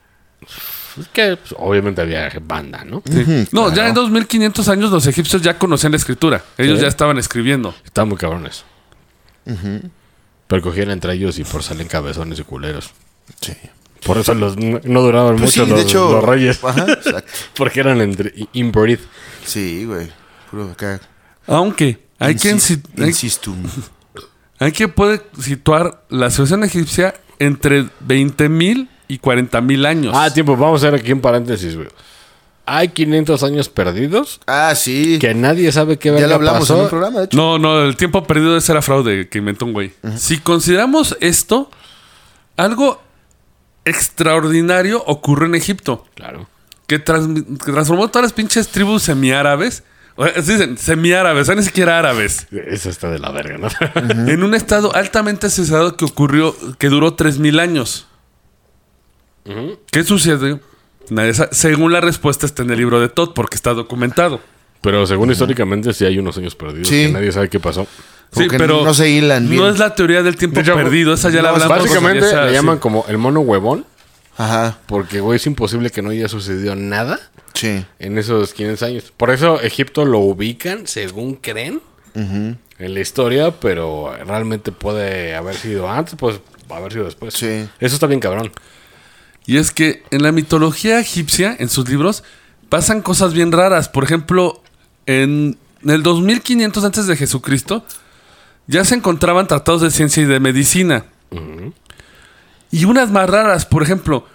Speaker 4: Es que pues, obviamente había banda, ¿no?
Speaker 2: no, ya en 2500 años los egipcios ya conocían la escritura. Ellos
Speaker 4: Sí.
Speaker 2: ya estaban escribiendo.
Speaker 4: Está muy cabrones. Pero cogían entre ellos y por salen cabezones y culeros.
Speaker 3: Sí.
Speaker 4: Por eso los, no duraban
Speaker 3: Pues
Speaker 4: mucho
Speaker 3: sí,
Speaker 4: los,
Speaker 3: de hecho.
Speaker 4: los reyes.
Speaker 3: Ajá, exacto.
Speaker 4: Porque eran entre inbreed.
Speaker 3: Sí, güey. Puro acá.
Speaker 2: Aunque hay quien, si-
Speaker 3: Insis-
Speaker 2: hay-
Speaker 3: Insistum.
Speaker 4: eh.
Speaker 2: hay quien puede situar la civilización egipcia entre 20.000 y 40.000 años.
Speaker 4: Ah, tiempo, vamos a hacer aquí un paréntesis, güey. Hay 500 años perdidos
Speaker 3: Ah, sí.
Speaker 4: que nadie sabe qué
Speaker 3: Ya
Speaker 4: verga
Speaker 3: lo hablamos
Speaker 4: pasó.
Speaker 3: en un programa, de hecho.
Speaker 2: No, no, el tiempo perdido ese era fraude que inventó un güey. Si consideramos esto, algo extraordinario ocurre en Egipto,
Speaker 4: Claro.
Speaker 2: que, trans- que transformó todas las pinches tribus semiárabes, o sea, se dicen semiárabes, o sea, ni siquiera árabes,
Speaker 4: Eso está de la verga, ¿no?
Speaker 2: en un estado altamente cesado que ocurrió, que duró 3.000 años. ¿Qué sucede? Nadie sa- Según la respuesta está en el libro de Todd, porque está documentado.
Speaker 4: Pero según históricamente sí hay unos años perdidos
Speaker 3: Sí.
Speaker 4: que nadie sabe qué pasó.
Speaker 3: Como
Speaker 2: Sí,
Speaker 3: que
Speaker 2: pero
Speaker 3: no se hilan bien.
Speaker 2: No es la teoría del tiempo
Speaker 4: hecho,
Speaker 2: perdido, esa ya la
Speaker 3: no,
Speaker 2: hablamos.
Speaker 4: Básicamente
Speaker 2: Esa,
Speaker 4: le
Speaker 2: sí.
Speaker 4: llaman como el mono huevón
Speaker 3: Ajá.
Speaker 4: porque, güey, es imposible que no haya sucedido nada
Speaker 3: Sí.
Speaker 4: en esos 500 años. Por eso Egipto lo ubican, según creen, en la historia, pero realmente puede haber sido antes, pues haber sido después.
Speaker 3: Sí.
Speaker 4: Eso está bien cabrón.
Speaker 2: Y es que en la mitología egipcia, en sus libros, pasan cosas bien raras. Por ejemplo, en el 2500 antes de Jesucristo, ya se encontraban tratados de ciencia y de medicina. Y unas más raras, por ejemplo,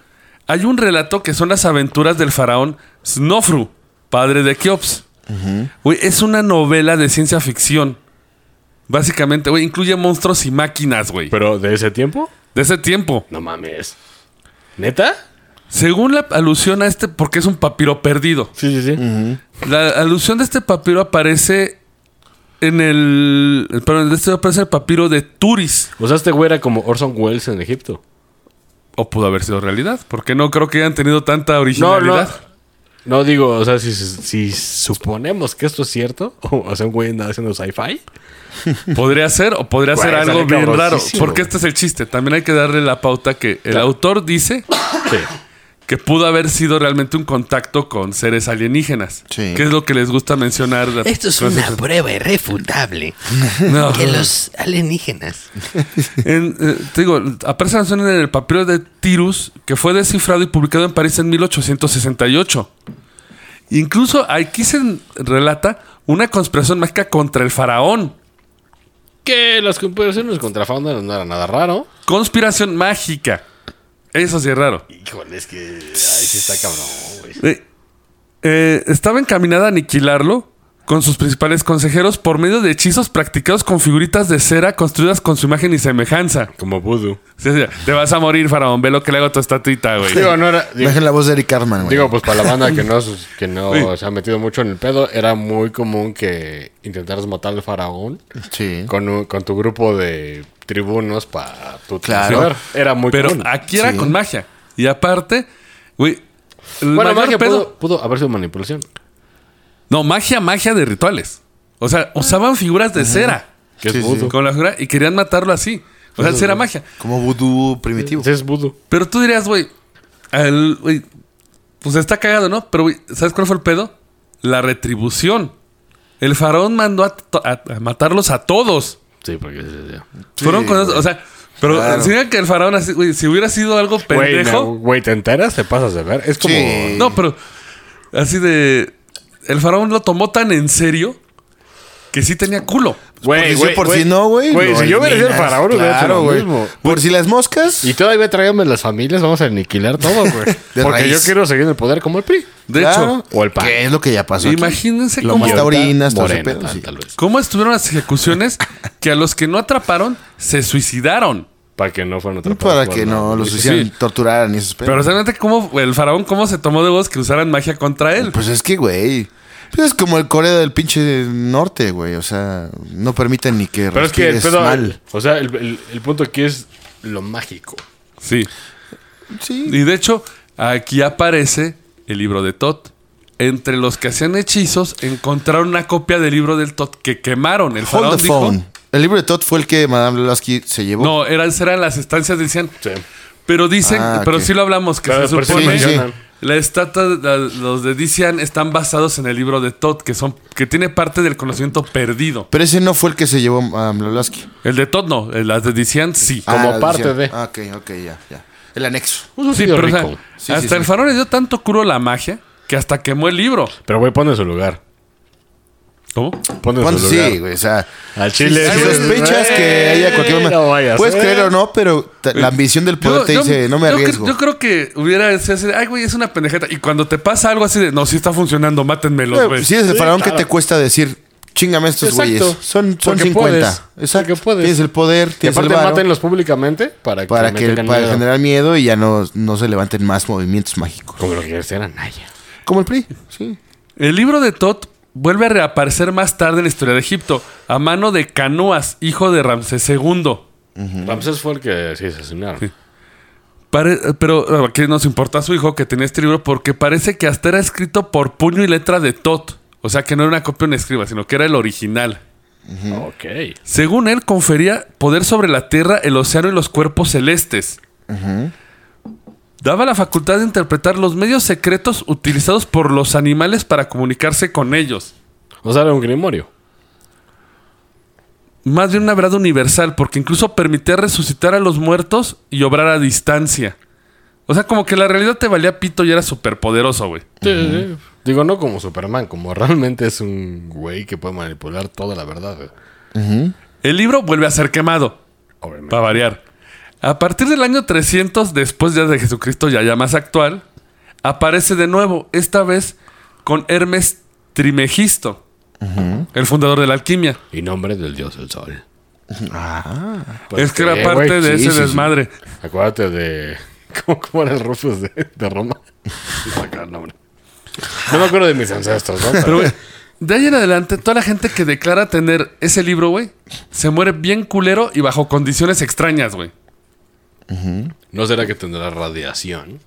Speaker 2: hay un relato que son las aventuras del faraón Snofru, padre de Keops. Güey, es una novela de ciencia ficción. Básicamente, güey, incluye monstruos y máquinas, güey.
Speaker 4: Pero de ese tiempo,
Speaker 2: De ese tiempo.
Speaker 4: no mames. ¿Neta?
Speaker 2: Según la alusión a este, porque es un papiro perdido.
Speaker 4: Sí, sí, sí.
Speaker 2: La alusión de este papiro aparece en el. Perdón, de este aparece el papiro de Turis.
Speaker 4: O sea, este güey era como Orson Welles en Egipto.
Speaker 2: O pudo haber sido realidad, porque no creo que hayan tenido tanta
Speaker 4: No,
Speaker 2: originalidad.
Speaker 4: no. No digo, o sea, si, si suponemos que esto es cierto, o sea, un güey anda haciendo sci-fi.
Speaker 2: Podría ser, o podría
Speaker 4: Güey,
Speaker 2: ser
Speaker 4: sale
Speaker 2: algo bien raro.
Speaker 4: cabrosísimo,
Speaker 2: Porque
Speaker 4: güey.
Speaker 2: este es el chiste. También hay que darle la pauta que el autor dice
Speaker 4: Sí.
Speaker 2: que que pudo haber sido realmente un contacto con seres alienígenas.
Speaker 3: Sí.
Speaker 2: Que es lo que les gusta mencionar. la-
Speaker 5: Esto es
Speaker 2: cosas-
Speaker 5: una prueba irrefutable
Speaker 2: No.
Speaker 5: que los alienígenas.
Speaker 2: En, eh, te digo, aparece la mención en el papiro de Tirus, que fue descifrado y publicado en París en 1868. Incluso aquí se en- relata una conspiración mágica contra el faraón.
Speaker 4: Que las comparaciones contra Founder no era nada raro.
Speaker 2: Conspiración mágica. Eso sí es raro.
Speaker 4: Híjole, es que ahí sí está cabrón, güey.
Speaker 2: Eh, eh, estaba encaminada a aniquilarlo con sus principales consejeros por medio de hechizos practicados con figuritas de cera construidas con su imagen y semejanza.
Speaker 4: Como voodoo.
Speaker 2: Sí, sí, Te vas a morir, faraón. Ve lo que le hago a tu estatuita, güey.
Speaker 4: Digo, no era. Digo,
Speaker 3: Imagina la voz de Eric Cartman, güey.
Speaker 4: digo, pues para la banda que no, sus- que no se ha metido mucho en el pedo, era muy común que intentaras matar al faraón
Speaker 3: sí.
Speaker 4: con, un- con tu grupo de tribunos para tu
Speaker 3: Claro.
Speaker 4: traicionar. Era muy
Speaker 2: Pero
Speaker 4: común.
Speaker 2: aquí era
Speaker 3: Sí.
Speaker 2: con magia. Y aparte, güey. el
Speaker 4: Bueno,
Speaker 2: mayor
Speaker 4: magia
Speaker 2: pedo-
Speaker 4: pudo, pudo haber sido manipulación.
Speaker 2: No, magia, magia de rituales. O sea, usaban figuras de cera.
Speaker 4: Que es
Speaker 3: Sí, sí.
Speaker 4: voodoo.
Speaker 2: Con la figura y querían matarlo así. O sea, sí era magia.
Speaker 3: Como vudú primitivo.
Speaker 4: Sí, Es voodoo.
Speaker 2: Pero tú dirías, güey, al- güey, pues está cagado, ¿no? Pero, güey, ¿sabes cuál fue el pedo? La retribución. El faraón mandó a, to- a- a matarlos a todos.
Speaker 4: Sí, porque sí, sí, sí.
Speaker 2: Fueron con o sea, pero
Speaker 3: Claro.
Speaker 2: si era que el faraón, así, güey, si hubiera sido algo
Speaker 4: Güey,
Speaker 2: pendejo.
Speaker 4: no, güey, te enteras, te pasas de ver. Es como.
Speaker 3: Sí.
Speaker 2: No, pero así de. El faraón lo tomó tan en serio que sí tenía culo.
Speaker 3: Porque
Speaker 4: Güey,
Speaker 3: yo
Speaker 4: güey,
Speaker 3: por si no, güey.
Speaker 4: Güey,
Speaker 3: lo
Speaker 4: si yo hubiera sido el
Speaker 3: eliminas.
Speaker 4: faraón, hubiera hecho
Speaker 3: Claro,
Speaker 4: lo
Speaker 3: güey.
Speaker 4: mismo.
Speaker 3: Por si las moscas.
Speaker 4: Y todavía tráigame las familias, vamos a aniquilar todo, güey.
Speaker 3: De
Speaker 4: Porque
Speaker 3: raíz.
Speaker 4: yo quiero seguir en el poder como el PRI.
Speaker 2: De
Speaker 3: Claro.
Speaker 4: hecho, o el pan.
Speaker 3: ¿Qué es lo que ya pasó?
Speaker 2: hecho,
Speaker 3: aquí?
Speaker 2: imagínense
Speaker 3: Lo
Speaker 2: cómo,
Speaker 3: más
Speaker 4: ahorita
Speaker 3: taurinas, todo ese
Speaker 4: morena,
Speaker 3: pedo,
Speaker 4: tal,
Speaker 3: sí.
Speaker 4: tal vez.
Speaker 2: cómo estuvieron las ejecuciones que a los que no atraparon se suicidaron.
Speaker 4: Para que no fueran otra
Speaker 3: Para que no los hicieran torturar ni esos
Speaker 2: Pero
Speaker 3: pedos.
Speaker 2: realmente cómo el faraón cómo se tomó de voz que usaran magia contra él.
Speaker 3: Pues es que, güey. Pues es como el Corea del pinche norte, güey. O sea, no permiten ni que
Speaker 4: Pero es que el
Speaker 3: respires
Speaker 4: pedo.
Speaker 3: mal.
Speaker 4: O sea, el, el- el punto aquí es lo mágico.
Speaker 2: Sí.
Speaker 3: Sí.
Speaker 2: Y de hecho, aquí aparece el libro de Tot. Entre los que hacían hechizos encontraron una copia del libro del Tot que quemaron. El faraón
Speaker 3: Hold the
Speaker 2: dijo,
Speaker 3: phone. El libro de Todd fue el que Madame Blavatsky se llevó.
Speaker 2: No, eran, eran las estancias, decían.
Speaker 4: Sí.
Speaker 2: Pero dicen,
Speaker 3: Ah,
Speaker 2: pero
Speaker 3: ok.
Speaker 2: sí lo hablamos, que
Speaker 4: Pero
Speaker 2: se
Speaker 4: por eso
Speaker 2: supone
Speaker 3: sí, sí.
Speaker 2: la estatua, la- los de Dician están basados en el libro de Todd, que son, que tiene parte del conocimiento perdido.
Speaker 3: Pero ese no fue el que se llevó Madame Blavatsky.
Speaker 2: El de Todd no, eh, las de Dician sí.
Speaker 4: Como
Speaker 3: la
Speaker 4: parte
Speaker 3: decían.
Speaker 4: de.
Speaker 3: Ah, pues ok, ok, ya, ya. El anexo.
Speaker 2: Sí,
Speaker 4: tío
Speaker 2: pero o sea,
Speaker 4: rico.
Speaker 3: Sí,
Speaker 2: hasta
Speaker 3: sí, sí.
Speaker 2: el faraón le dio tanto curo la magia que hasta quemó el libro.
Speaker 4: Pero, güey, pon en su lugar.
Speaker 2: ¿Cómo?
Speaker 4: Pon en
Speaker 3: Pon-
Speaker 4: su lugar.
Speaker 3: sí, güey, o sea.
Speaker 4: Al chile.
Speaker 3: Hay
Speaker 4: Pues sí. Eh,
Speaker 3: sospechas que haya cualquier
Speaker 4: No Eh, vaya
Speaker 3: manera.
Speaker 4: a
Speaker 3: Puedes
Speaker 4: ser.
Speaker 3: creer o no, pero ta- la ambición del poder te dice, no me
Speaker 2: yo cre-
Speaker 3: arriesgo.
Speaker 2: Yo, creo que hubiera sido así de, ay, güey, es una pendejeta. Y cuando te pasa algo así de, no, sí está funcionando, mátenmelos, güey.
Speaker 3: Pero Si eres el faraón, ¿qué te cuesta decir? Chingame estos
Speaker 4: Exacto.
Speaker 3: güeyes. Son, son
Speaker 4: Porque
Speaker 3: 50.
Speaker 4: puedes.
Speaker 3: Exacto.
Speaker 4: Porque puedes.
Speaker 3: Tienes el poder,
Speaker 4: Y
Speaker 3: tienes el
Speaker 4: aparte
Speaker 3: varo,
Speaker 4: mátenlos públicamente para que.
Speaker 3: para
Speaker 4: me
Speaker 3: que
Speaker 4: tengan
Speaker 3: para
Speaker 4: miedo.
Speaker 3: generar miedo y ya no, no se levanten más movimientos mágicos.
Speaker 4: Como lo que eran Naya.
Speaker 3: Como el PRI, sí.
Speaker 2: El libro de Tot vuelve a reaparecer más tarde en la historia de Egipto, a mano de Canoas, hijo de Ramsés II.
Speaker 4: Ramsés fue el que sí asesinaron.
Speaker 2: Pare- pero aquí nos importa a su hijo que tenía este libro porque parece que hasta era escrito por puño y letra de Tot. O sea que no era una copia de un escriba, sino que era el original.
Speaker 4: Ok.
Speaker 2: Según él, confería poder sobre la tierra, el océano y los cuerpos celestes. Daba la facultad de interpretar los medios secretos utilizados por los animales para comunicarse con ellos.
Speaker 4: O sea, era un grimorio.
Speaker 2: Más bien una verdad universal, porque incluso permitía resucitar a los muertos y obrar a distancia. O sea, como que la realidad te valía pito y era superpoderoso, güey.
Speaker 4: Sí, sí, sí. Digo, no como Superman, como realmente es un güey que puede manipular toda la verdad. güey.
Speaker 2: El libro vuelve a ser quemado,
Speaker 4: Obviamente.
Speaker 2: para variar. A partir del año 300, después ya de Jesucristo, ya, ya más actual, aparece de nuevo, esta vez con Hermes Trimegisto, el fundador de la alquimia.
Speaker 4: Y nombre del dios del sol.
Speaker 3: Ah.
Speaker 2: es que era
Speaker 4: eh,
Speaker 2: parte
Speaker 4: güey,
Speaker 2: de
Speaker 4: sí,
Speaker 2: ese
Speaker 4: sí, sí.
Speaker 2: desmadre.
Speaker 4: Acuérdate de. ¿Cómo, cómo era el Rufus de, de Roma? Saca el nombre. No me acuerdo de mis ancestros, ¿no? Pero,
Speaker 2: Pero, güey, de ahí en adelante, toda la gente que declara tener ese libro, güey, se muere bien culero y bajo condiciones extrañas, güey.
Speaker 4: ¿No será que tendrá radiación?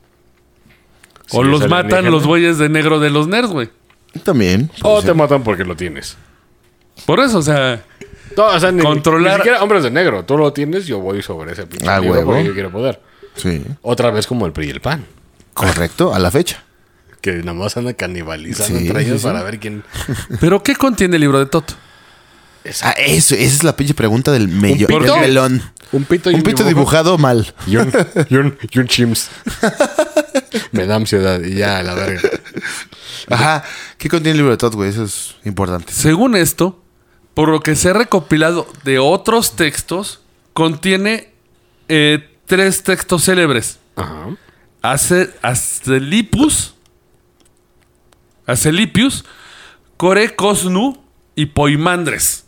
Speaker 2: o
Speaker 4: Sí,
Speaker 2: los
Speaker 4: es
Speaker 2: matan
Speaker 4: alienígena.
Speaker 2: los güeyes de negro de los nerds, güey.
Speaker 3: También.
Speaker 4: O te matan porque lo tienes.
Speaker 2: Por eso, o sea,
Speaker 4: No, o sea, ni,
Speaker 2: Controlar-
Speaker 4: ni siquiera hombres de negro. Tú lo tienes, yo voy sobre ese pinche
Speaker 3: Ah,
Speaker 4: libro
Speaker 3: huevo.
Speaker 4: porque yo quiero poder.
Speaker 3: Sí.
Speaker 4: Otra vez como el PRI y el PAN.
Speaker 3: Correcto, a la fecha.
Speaker 4: Que nada más andan canibalizando
Speaker 3: Sí,
Speaker 4: entre
Speaker 3: sí,
Speaker 4: ellos
Speaker 3: sí.
Speaker 4: para ver quién.
Speaker 2: ¿Pero qué contiene el libro de Toto?
Speaker 3: Ah, eso, esa es la pinche pregunta del, mello-
Speaker 2: pito?
Speaker 3: del melón.
Speaker 4: Un pito y
Speaker 3: Un pito dibujado mal.
Speaker 4: Y un, y un, y un chimps. Me da ansiedad y ya, a la verga.
Speaker 3: Ajá. ¿Qué contiene el libro de Todd, güey? Eso es importante.
Speaker 2: Según esto, por lo que se ha recopilado de otros textos, contiene eh, tres textos célebres.
Speaker 4: Ajá.
Speaker 2: Ace- Acelipus, Acelipius, Corecosnu y Poimandres.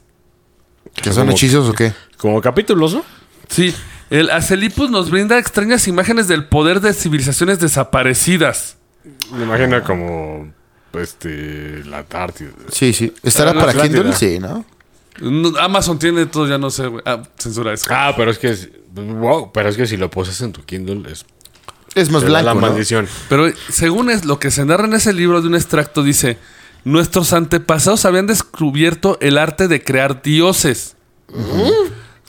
Speaker 3: ¿Que son
Speaker 4: Como-
Speaker 3: hechizos o qué?
Speaker 4: Como capítulos, ¿no?
Speaker 2: Sí, el Acelipus nos brinda extrañas imágenes del poder de civilizaciones desaparecidas.
Speaker 4: Me imagino como. Este. La Antártida.
Speaker 3: Sí, sí. ¿Estará
Speaker 4: Ah, no,
Speaker 3: para
Speaker 4: es
Speaker 3: Kindle?
Speaker 4: rápida.
Speaker 3: Sí, ¿no?
Speaker 2: No, Amazon tiene todo, ya no sé, güey. Ah, censura eso.
Speaker 4: Ah, pero es que. es- Wow, pero es que si lo posas en tu Kindle es.
Speaker 3: Es más
Speaker 4: te da
Speaker 3: blanco.
Speaker 4: la
Speaker 3: ¿no?
Speaker 4: maldición.
Speaker 2: Pero eh, según es lo que se narra en ese libro de un extracto, dice: Nuestros antepasados habían descubierto el arte de crear dioses.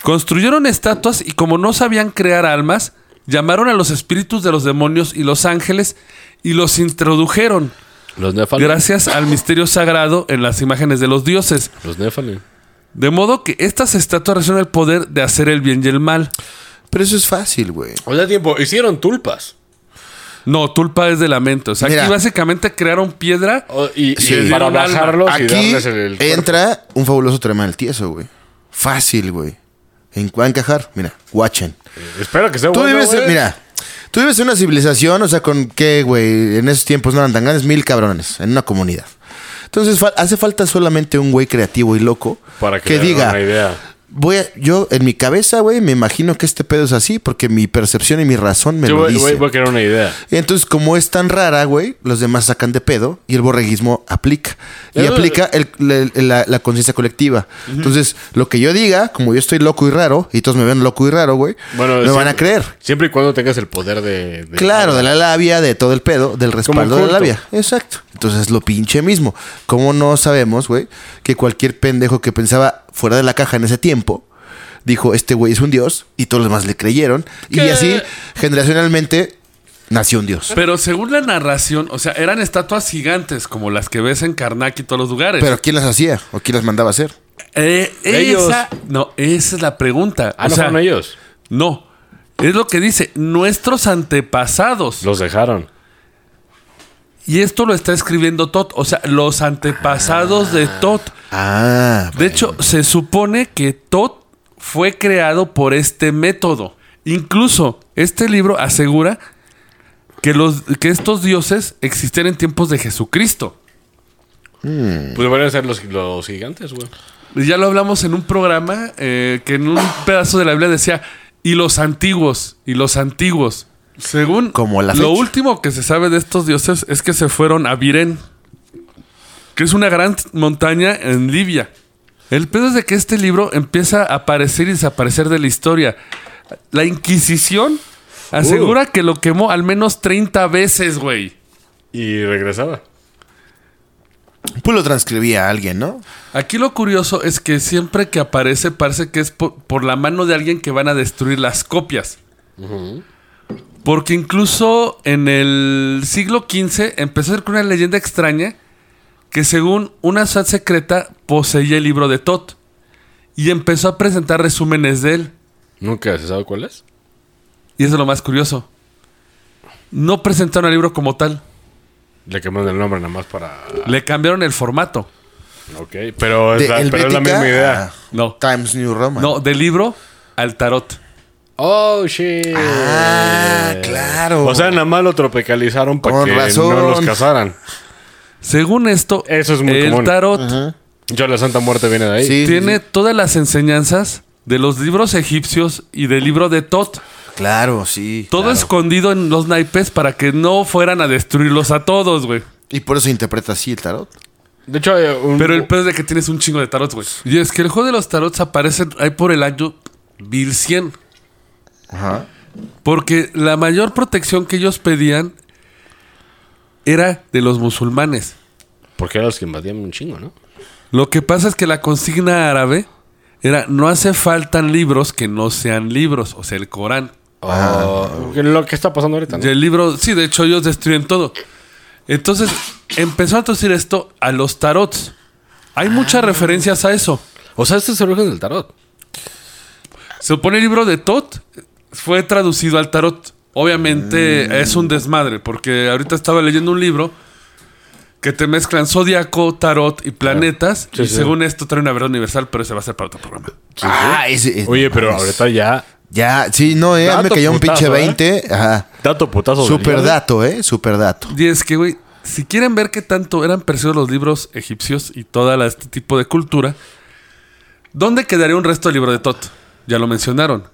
Speaker 2: Construyeron estatuas y, como no sabían crear almas, llamaron a los espíritus de los demonios y los ángeles y los introdujeron,
Speaker 4: Los Nephilim.
Speaker 2: gracias al misterio sagrado en las imágenes de los dioses.
Speaker 4: Los Nephilim.
Speaker 2: De modo que estas estatuas reciben el poder de hacer el bien y el mal.
Speaker 3: Pero eso es fácil, güey.
Speaker 4: O sea, tiempo. Hicieron tulpas.
Speaker 2: No, tulpa es de lamento. O sea,
Speaker 3: Mira.
Speaker 2: aquí básicamente crearon piedra.
Speaker 4: O- y, y
Speaker 3: Sí.
Speaker 4: les
Speaker 2: Para
Speaker 4: dieron alma.
Speaker 2: bajarlos
Speaker 4: y
Speaker 3: Aquí
Speaker 4: darles el- el cuerpo.
Speaker 3: entra un fabuloso trema del tieso, güey. Fácil, güey. En, va a encajar. Mira, guachen.
Speaker 4: Espero que sea
Speaker 3: Tú
Speaker 4: bueno, ¿eh?
Speaker 3: vives,
Speaker 4: güey.
Speaker 3: mira, tú vives en una civilización, o sea, con qué, güey, en esos tiempos no eran tan grandes, mil cabrones, en una comunidad. Entonces fa- hace falta solamente un güey creativo y loco
Speaker 4: Para que,
Speaker 3: que
Speaker 4: le hagan
Speaker 3: diga,
Speaker 4: Una idea.
Speaker 3: voy a- yo en mi cabeza, güey, me imagino que este pedo es así porque mi percepción y mi razón me
Speaker 4: Yo
Speaker 3: lo
Speaker 4: voy,
Speaker 3: dice.
Speaker 4: voy- voy a crear una idea.
Speaker 3: Y entonces, como es tan rara, güey, los demás sacan de pedo y el borreguismo aplica. Y
Speaker 4: Eso-
Speaker 3: aplica el- la- la, la conciencia colectiva. Entonces, lo que yo diga, como yo estoy loco y raro, y todos me ven loco y raro, güey,
Speaker 4: Bueno,
Speaker 3: me
Speaker 4: siempre-
Speaker 3: van a creer.
Speaker 4: Siempre y cuando tengas el poder de. de-
Speaker 3: Claro, de la labia, de todo el pedo, del respaldo
Speaker 4: el
Speaker 3: de la
Speaker 4: culto.
Speaker 3: labia. Exacto. Entonces lo pinche mismo. ¿Cómo no sabemos, güey, que cualquier pendejo que pensaba fuera de la caja en ese tiempo dijo, este güey es un dios y todos los demás le creyeron? Y
Speaker 2: ¿Qué?
Speaker 3: así, generacionalmente, nació un dios.
Speaker 2: Pero según la narración, o sea, eran estatuas gigantes como las que ves en Karnak y todos los lugares.
Speaker 3: Pero ¿quién las hacía o quién las mandaba hacer?
Speaker 2: Eh,
Speaker 4: Ellos.
Speaker 2: esa, no, esa es la pregunta.
Speaker 4: Ah,
Speaker 2: o
Speaker 4: no
Speaker 2: sea,
Speaker 4: fueron ellos.
Speaker 2: no, es lo que dice nuestros antepasados.
Speaker 4: Los dejaron.
Speaker 2: Y esto lo está escribiendo Tot, o sea, los antepasados de Tot.
Speaker 3: Ah,
Speaker 2: De hecho, se supone que Tot fue creado por este método. Incluso este libro asegura que, los, que estos dioses existían en tiempos de Jesucristo.
Speaker 4: Pues deberían ser los, los gigantes, güey.
Speaker 2: Ya lo hablamos en un programa eh, que en un pedazo de la Biblia decía, y los antiguos, y los antiguos. Según
Speaker 3: Como la
Speaker 2: lo
Speaker 3: fecha.
Speaker 2: último que se sabe de estos dioses es que se fueron a Virén, que es una gran montaña en Libia. El pedo es de que este libro empieza a aparecer y desaparecer de la historia. La Inquisición asegura
Speaker 3: Uh.
Speaker 2: que lo quemó al menos 30 veces, güey.
Speaker 4: Y regresaba.
Speaker 3: pues lo transcribía a alguien, ¿no?
Speaker 2: Aquí lo curioso es que siempre que aparece parece que es por, por la mano de alguien que van a destruir las copias. Porque incluso en el siglo XV empezó a circular una leyenda extraña que según una sociedad secreta poseía el libro de Tot y empezó a presentar resúmenes de él.
Speaker 4: Nunca se sabe cuál es.
Speaker 2: Y eso es lo más curioso. No presentaron el libro como tal,
Speaker 4: Le cambiaron el nombre nada más para.
Speaker 2: le cambiaron el formato.
Speaker 4: Ok, pero es,
Speaker 3: De
Speaker 4: la, pero es la
Speaker 3: Helvética
Speaker 4: misma idea.
Speaker 3: a
Speaker 2: No,
Speaker 3: Times New Roman.
Speaker 2: no, del libro al tarot.
Speaker 4: Oh, shit.
Speaker 3: Ah, claro.
Speaker 4: O sea, nada más lo tropicalizaron para
Speaker 3: Con
Speaker 4: que
Speaker 3: razón.
Speaker 4: no los cazaran.
Speaker 2: Según esto,
Speaker 4: Eso es muy
Speaker 2: el
Speaker 4: común.
Speaker 2: tarot
Speaker 4: Yo la Santa Muerte viene de ahí.
Speaker 3: Sí, sí,
Speaker 2: tiene
Speaker 3: sí.
Speaker 2: todas las enseñanzas de los libros egipcios y del libro de Tot.
Speaker 3: Claro, sí.
Speaker 2: Todo
Speaker 3: claro.
Speaker 2: escondido en los naipes para que no fueran a destruirlos a todos, güey.
Speaker 3: Y por eso interpreta así el tarot.
Speaker 4: De hecho, hay un-
Speaker 2: Pero el peor es de que tienes un chingo de tarots, güey. Y es que el juego de los tarots aparece ahí por el año 1100.
Speaker 3: Ajá.
Speaker 2: Porque la mayor protección que ellos pedían era de los musulmanes.
Speaker 4: Porque eran los que invadían un chingo, ¿no?
Speaker 2: Lo que pasa es que la consigna árabe era no hace falta libros que no sean libros, o sea, el Corán.
Speaker 3: Ah.
Speaker 4: Oh, lo que está pasando ahorita. ¿no?
Speaker 2: Y el libro, sí, de hecho ellos destruyen todo. Entonces empezó a traducir esto a los tarots.
Speaker 4: Ah.
Speaker 2: Hay muchas referencias a eso.
Speaker 4: O sea, este es el origen del tarot.
Speaker 2: Se supone el libro de Tot fue traducido al tarot. Obviamente
Speaker 4: Mm.
Speaker 2: es un desmadre, porque ahorita estaba leyendo un libro que te mezclan zodiaco, tarot y planetas.
Speaker 4: Sí,
Speaker 2: y
Speaker 4: sí.
Speaker 2: según esto trae una verdad universal, pero ese va a ser para otro programa.
Speaker 3: Ah, ese-
Speaker 4: Oye, pero
Speaker 3: mames.
Speaker 4: ahorita ya.
Speaker 3: Ya, sí, no, eh, me
Speaker 4: Dato
Speaker 3: cayó un pinche
Speaker 4: putazo, ¿eh?
Speaker 3: 20. Ajá.
Speaker 4: Dato putazo. del
Speaker 3: Super
Speaker 4: día, ¿eh?
Speaker 3: dato, eh. Super dato.
Speaker 2: Y es que, güey, si quieren ver qué tanto eran percibidos los libros egipcios y todo este tipo de cultura, ¿dónde quedaría un resto del libro de Tot? Ya lo mencionaron.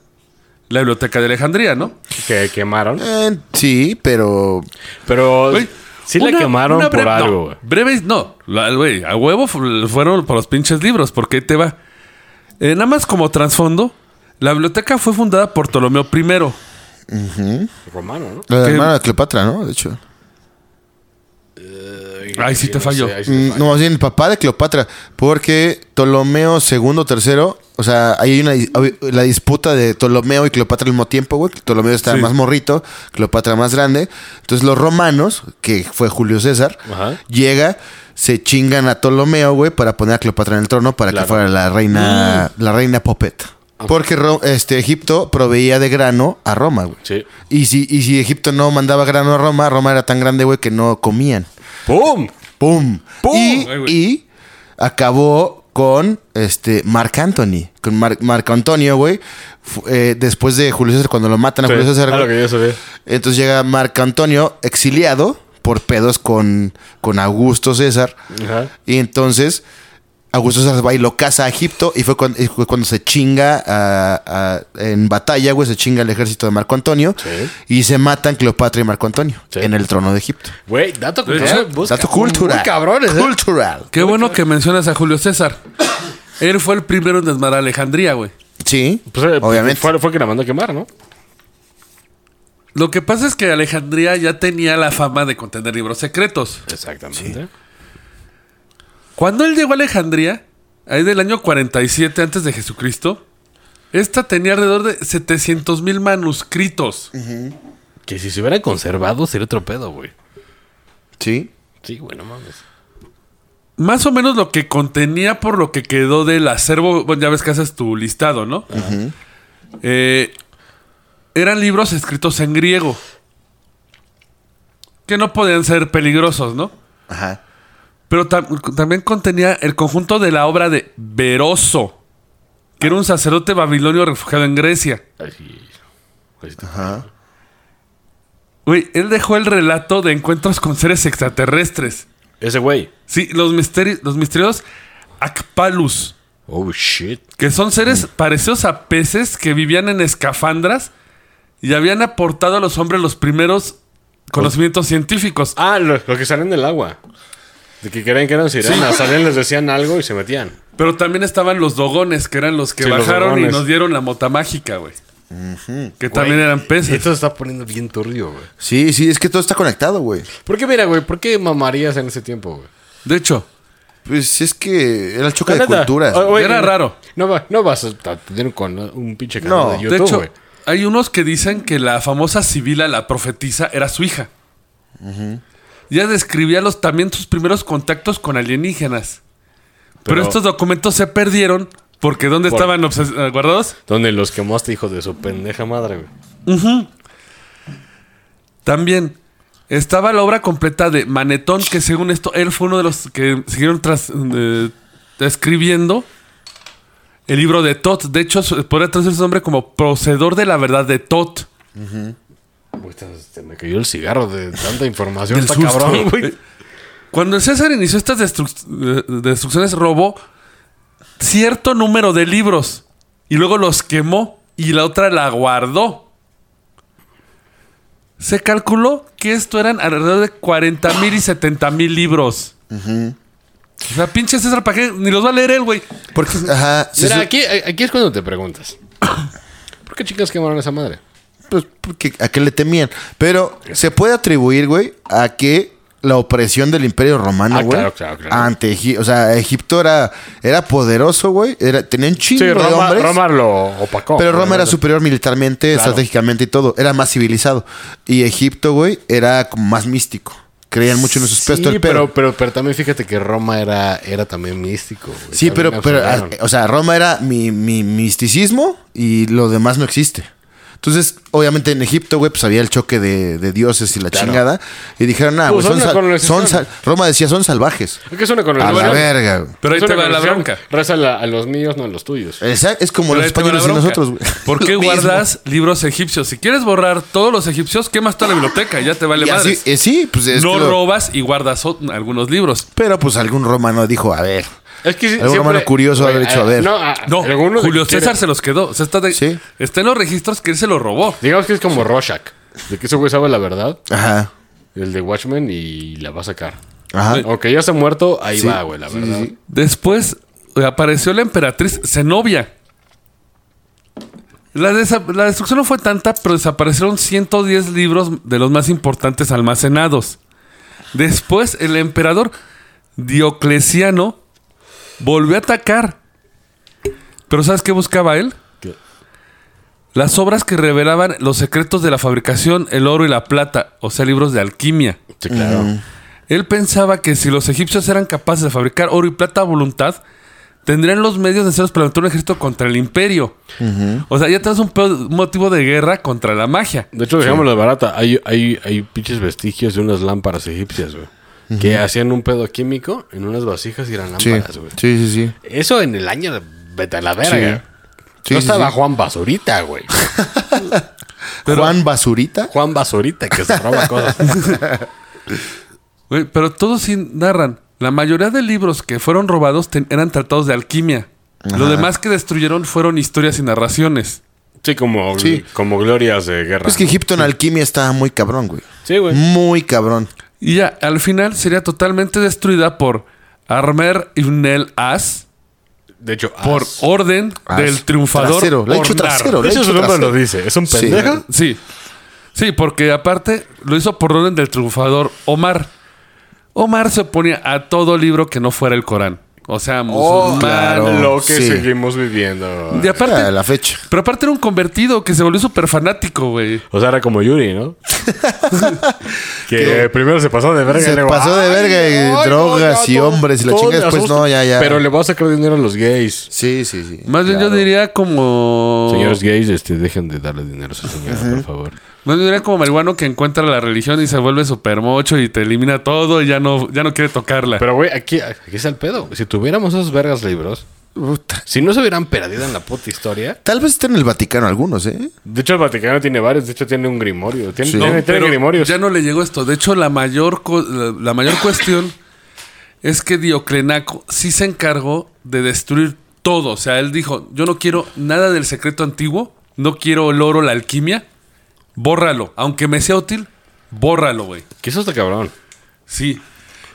Speaker 2: La biblioteca de Alejandría, ¿no?
Speaker 4: Que quemaron.
Speaker 3: Eh, sí, pero.
Speaker 4: Pero
Speaker 2: Güey,
Speaker 4: Pues, sí la
Speaker 2: una-
Speaker 4: quemaron
Speaker 2: una
Speaker 4: por
Speaker 2: breve-
Speaker 4: algo,
Speaker 2: no,
Speaker 4: güey.
Speaker 2: breves, no. La- Güey, a huevo fu- fueron por los pinches libros, porque ahí te va. Eh, nada más como trasfondo, la biblioteca fue fundada por Ptolomeo I.
Speaker 4: Romano, ¿no?
Speaker 3: La
Speaker 2: ¿Qué?
Speaker 3: hermana de Cleopatra, ¿no? De hecho.
Speaker 2: Ahí sí te falló.
Speaker 4: ahí sí te
Speaker 3: Mm,
Speaker 4: falló.
Speaker 3: No, más bien el papá de Cleopatra. Porque Ptolomeo II, III. O sea, ahí hay una dis- ob- la disputa de Ptolomeo y Cleopatra al mismo tiempo, güey. Ptolomeo está
Speaker 2: Sí.
Speaker 3: más morrito, Cleopatra más grande. Entonces los romanos, que fue Julio César,
Speaker 4: Ajá.
Speaker 3: llega, se chingan a Ptolomeo, güey, para poner a Cleopatra en el trono para
Speaker 4: Claro.
Speaker 3: que fuera la reina, la reina Popet. Porque Ro- este, Egipto proveía de grano a Roma, güey.
Speaker 4: Sí.
Speaker 3: Y si, y si Egipto no mandaba grano a Roma, Roma era tan grande, güey, que no comían.
Speaker 4: ¡Pum!
Speaker 3: ¡Pum!
Speaker 4: ¡Pum!
Speaker 3: Y,
Speaker 2: Ay, güey.
Speaker 3: y acabó con este Marc Anthony. Con Mar- Marco Antonio, güey. Fu- eh, después de Julio César, cuando lo matan a Julio
Speaker 4: Sí,
Speaker 3: César.
Speaker 4: a lo
Speaker 3: güey.
Speaker 4: que yo sabía.
Speaker 3: Entonces llega Marco Antonio, exiliado por pedos con, con Augusto César.
Speaker 4: Ajá.
Speaker 3: Y entonces Augusto César va y lo casa a Egipto. Y fue cuando, fue cuando se chinga a- a- en batalla, güey. Se chinga el ejército de Marco Antonio.
Speaker 4: Sí.
Speaker 3: Y se matan Cleopatra y Marco Antonio
Speaker 4: Sí.
Speaker 3: en el trono de Egipto.
Speaker 4: Güey, dato
Speaker 2: De
Speaker 4: cultural.
Speaker 2: hecho,
Speaker 4: busca.
Speaker 3: Dato cultural.
Speaker 5: Muy cabrones, ¿eh?
Speaker 3: Cultural.
Speaker 2: Qué bueno que mencionas a Julio César. Él fue el primero en desmadrar Alejandría, güey.
Speaker 3: Sí,
Speaker 4: Pues, eh,
Speaker 3: obviamente.
Speaker 4: Fue, fue que la mandó a quemar, ¿no?
Speaker 2: Lo que pasa es que Alejandría ya tenía la fama de contener libros secretos.
Speaker 4: Exactamente.
Speaker 2: Cuando él llegó a Alejandría, ahí del año 47 antes de Jesucristo, esta tenía alrededor de 700 mil manuscritos.
Speaker 4: Que si se hubiera conservado sería otro pedo, güey.
Speaker 3: Sí.
Speaker 4: Sí, güey, no mames.
Speaker 2: Más o menos lo que contenía por lo que quedó del acervo. Bueno, ya ves que haces tu listado, ¿no? Eh, eran libros escritos en griego. Que no podían ser peligrosos, ¿no?
Speaker 3: Ajá.
Speaker 2: Pero tam- también contenía el conjunto de la obra de Veroso, que era un sacerdote babilonio refugiado en Grecia.
Speaker 4: Así. así te-
Speaker 2: Güey, él dejó el relato de encuentros con seres extraterrestres.
Speaker 4: Ese güey.
Speaker 2: Sí, los, misteri- los misteriosos Akpalus,
Speaker 4: Oh, shit.
Speaker 2: que son
Speaker 4: Mm.
Speaker 2: seres parecidos a peces que vivían en escafandras y habían aportado a los hombres los primeros conocimientos científicos.
Speaker 4: Ah, lo- los que salen del agua. De que creían que eran sirenas. Salían, les decían algo y se metían.
Speaker 2: Pero también estaban los dogones, que eran los que
Speaker 4: Sí, los
Speaker 2: bajaron y
Speaker 4: dogones.
Speaker 2: nos dieron la mota mágica, güey. Que también
Speaker 4: Güey,
Speaker 2: eran peces.
Speaker 4: Esto se está poniendo bien turbio, güey.
Speaker 3: Sí, sí, es que todo está conectado, güey.
Speaker 4: ¿Por qué, mira, güey? ¿Por qué mamarías en ese tiempo, güey?
Speaker 2: De hecho,
Speaker 3: Pues es que era el choque
Speaker 4: La
Speaker 3: de
Speaker 4: neta.
Speaker 3: culturas.
Speaker 4: O- oye,
Speaker 2: Era raro.
Speaker 4: No, va- no vas a tener con un pinche canal
Speaker 3: No,
Speaker 4: de
Speaker 2: de
Speaker 4: YouTube,
Speaker 2: hecho,
Speaker 4: güey.
Speaker 2: hay unos que dicen que la famosa Sibila, la profetisa, era su hija. Ya describía los, también sus primeros contactos con alienígenas. Pero,
Speaker 4: Pero-
Speaker 2: estos documentos se perdieron porque ¿dónde
Speaker 4: Por-
Speaker 2: estaban obses- eh, guardados?
Speaker 4: Donde los quemaste, hijo de su pendeja madre, güey.
Speaker 2: También estaba la obra completa de Manetón, que según esto, él fue uno de los que siguieron tras, eh, escribiendo el libro de Tot. De hecho, su- podría traducir su nombre como Procedor de la Verdad de Tot.
Speaker 4: Güey, esta- se me cayó el cigarro de tanta información.
Speaker 2: Del
Speaker 4: Está
Speaker 2: susto.
Speaker 4: cabrón, güey.
Speaker 2: Cuando el César inició estas destru- eh, destrucciones, robó cierto número de libros y luego los quemó y la otra la guardó. Se calculó que esto eran alrededor de 40 mil y 70 mil libros. O sea, pinche César, ¿para qué? Ni los va a leer él, güey.
Speaker 3: Porque, ajá, se
Speaker 4: Mira,
Speaker 3: su-
Speaker 4: aquí, aquí es cuando te preguntas. ¿Por qué chicas quemaron esa madre?
Speaker 3: pues, porque- a qué le temían. Pero se puede atribuir, güey, a que la opresión del Imperio Romano,
Speaker 4: Ah,
Speaker 3: güey.
Speaker 4: claro, claro, claro.
Speaker 3: Ante Egipto. O sea, Egipto era, era poderoso, güey. Era, tenía un chingo
Speaker 4: Sí,
Speaker 3: de
Speaker 4: Roma,
Speaker 3: hombres.
Speaker 4: Roma lo opacó.
Speaker 3: Pero Roma era superior militarmente,
Speaker 4: Claro.
Speaker 3: estratégicamente y todo. Era más civilizado. Y Egipto, güey, era como más místico. Creían mucho en esos
Speaker 4: Sí,
Speaker 3: pedos. todo el pedo.
Speaker 4: pero, pero, pero también fíjate que Roma era, era también místico. güey.
Speaker 2: Pues
Speaker 3: sí,
Speaker 4: También
Speaker 3: pero, eh, pero
Speaker 4: absorbieron.
Speaker 3: o sea, Roma era mi, mi misticismo y lo demás no existe. Entonces, obviamente en Egipto, güey, pues había el choque de, de dioses y la chingada. Y dijeron, ah,
Speaker 4: Pues
Speaker 3: güey, son,
Speaker 4: son la
Speaker 3: sal-
Speaker 4: colonización.
Speaker 3: son sal- Roma decía, son salvajes.
Speaker 4: ¿Qué es una
Speaker 3: A
Speaker 4: colonización?
Speaker 3: la
Speaker 4: Bueno,
Speaker 3: verga, güey.
Speaker 2: Pero ahí
Speaker 4: es una
Speaker 2: te va la
Speaker 4: colonización.
Speaker 2: bronca.
Speaker 4: Reza la- a los míos, no a los tuyos.
Speaker 3: Exacto, es como
Speaker 2: Pero
Speaker 3: los
Speaker 2: ahí te va la
Speaker 3: españoles y
Speaker 2: bronca.
Speaker 3: nosotros, güey.
Speaker 2: ¿Por qué
Speaker 3: Lo mismo.
Speaker 2: guardas libros egipcios? Si quieres borrar todos los egipcios, quemas toda la biblioteca, ya te vale
Speaker 3: Y así-
Speaker 2: madres.
Speaker 3: eh, sí, pues es
Speaker 2: no
Speaker 3: que lo-
Speaker 2: robas y guardas o- algunos libros.
Speaker 3: Pero pues algún romano dijo, a ver,
Speaker 4: Es que si-
Speaker 3: Algún
Speaker 4: siempre-
Speaker 3: romano curioso
Speaker 4: Güey,
Speaker 3: haber dicho, a ver.
Speaker 4: No, a-
Speaker 2: No,
Speaker 4: alguno de-
Speaker 2: Julio César
Speaker 4: quiere-
Speaker 2: se los quedó. O sea, está, de-
Speaker 3: Sí.
Speaker 2: está en los registros que él se lo robó.
Speaker 4: Digamos que es como Rorschach. De que ese güey sabe la verdad,
Speaker 3: ajá,
Speaker 4: el de Watchmen, y la va a sacar.
Speaker 3: ajá.
Speaker 4: Aunque ya está muerto, ahí va, güey, la verdad.
Speaker 2: Después apareció la emperatriz Zenobia. La, desa- la destrucción no fue tanta, pero desaparecieron 110 libros de los más importantes almacenados. Después, el emperador Diocleciano volvió a atacar. Pero ¿sabes qué buscaba él?
Speaker 4: ¿Qué?
Speaker 2: Las obras que revelaban los secretos de la fabricación, el oro y la plata, o sea, libros de alquimia.
Speaker 4: Sí, claro.
Speaker 2: Él pensaba que si los egipcios eran capaces de fabricar oro y plata a voluntad, tendrían los medios necesarios para levantar un ejército contra el imperio. O sea, ya tenemos un, pedo- un motivo de guerra contra la magia.
Speaker 4: De hecho, dejémoslo de barata. Hay, hay, hay pinches vestigios de unas lámparas egipcias, güey. Que hacían un pedo químico en unas vasijas y eran
Speaker 3: Sí,
Speaker 4: lámparas, güey.
Speaker 3: sí, sí, sí.
Speaker 4: Eso en el año de vete a la
Speaker 3: Sí.
Speaker 4: verga.
Speaker 3: Sí,
Speaker 5: no
Speaker 3: sí,
Speaker 5: estaba
Speaker 3: sí.
Speaker 5: Juan Basurita, güey.
Speaker 3: Juan Basurita.
Speaker 4: Juan Basurita que se roba cosas.
Speaker 2: Güey, pero todos sí narran. La mayoría de libros que fueron robados ten- eran tratados de alquimia. Lo demás que destruyeron fueron historias y narraciones.
Speaker 4: Sí, como,
Speaker 3: Sí.
Speaker 4: como glorias de guerra.
Speaker 3: Es que Egipto en alquimia estaba muy cabrón, güey.
Speaker 4: Sí, güey.
Speaker 3: Muy cabrón.
Speaker 2: Y ya, al final sería totalmente destruida por Armer Ibn el As
Speaker 4: De hecho,
Speaker 2: por
Speaker 4: as-
Speaker 2: orden
Speaker 3: As.
Speaker 2: del triunfador.
Speaker 3: Trasero, le ha hecho
Speaker 2: Ornar.
Speaker 3: trasero.
Speaker 4: De hecho, su nombre lo dice. Es un
Speaker 3: Sí.
Speaker 4: pendejo.
Speaker 2: Sí. Sí, porque aparte lo hizo por orden del triunfador Omar. Omar se oponía a todo libro que no fuera el Corán. O sea, musulmán.
Speaker 3: Oh, claro.
Speaker 4: Lo que
Speaker 3: Sí.
Speaker 4: seguimos viviendo.
Speaker 2: Y aparte-
Speaker 3: A la fecha.
Speaker 2: pero aparte era un convertido que se volvió súper fanático, güey.
Speaker 4: O sea, era como Yuri, ¿no? que primero se pasó de verga.
Speaker 3: Se
Speaker 4: y luego,
Speaker 3: pasó de
Speaker 4: "Ay,
Speaker 3: verga y
Speaker 4: no,
Speaker 3: drogas
Speaker 4: no, ya,
Speaker 3: y
Speaker 4: todo-
Speaker 3: hombres y la
Speaker 4: todo
Speaker 3: chinga
Speaker 4: me
Speaker 3: después.
Speaker 4: asusta".
Speaker 3: No, ya, ya.
Speaker 4: Pero le va a sacar dinero a los gays.
Speaker 3: Sí, sí, sí.
Speaker 2: Más bien yo diría como...
Speaker 4: Señores gays, este, dejen de darle dinero a esa señora, por favor.
Speaker 2: Más bien diría como marihuano que encuentra la religión y se vuelve súper mocho y te elimina todo y ya no, ya no quiere tocarla.
Speaker 4: Pero, güey, aquí, aquí está el pedo. Si tuviéramos esos vergas libros,
Speaker 3: Puta.
Speaker 4: si no se hubieran perdido en la puta historia.
Speaker 3: Tal vez estén en el Vaticano algunos, ¿eh?
Speaker 4: De hecho, el Vaticano tiene varios. De hecho, tiene un grimorio. Tiene,
Speaker 3: Sí.
Speaker 2: No,
Speaker 4: tiene- tiene
Speaker 2: pero
Speaker 4: grimorios.
Speaker 2: ya no le llegó esto. De hecho, la mayor, co- la, la mayor cuestión es que Dioclenaco sí se encargó de destruir todo. O sea, él dijo, yo no quiero nada del secreto antiguo, no quiero el oro, la alquimia, bórralo. Aunque me sea útil, bórralo, güey.
Speaker 4: Que eso está cabrón.
Speaker 2: Sí.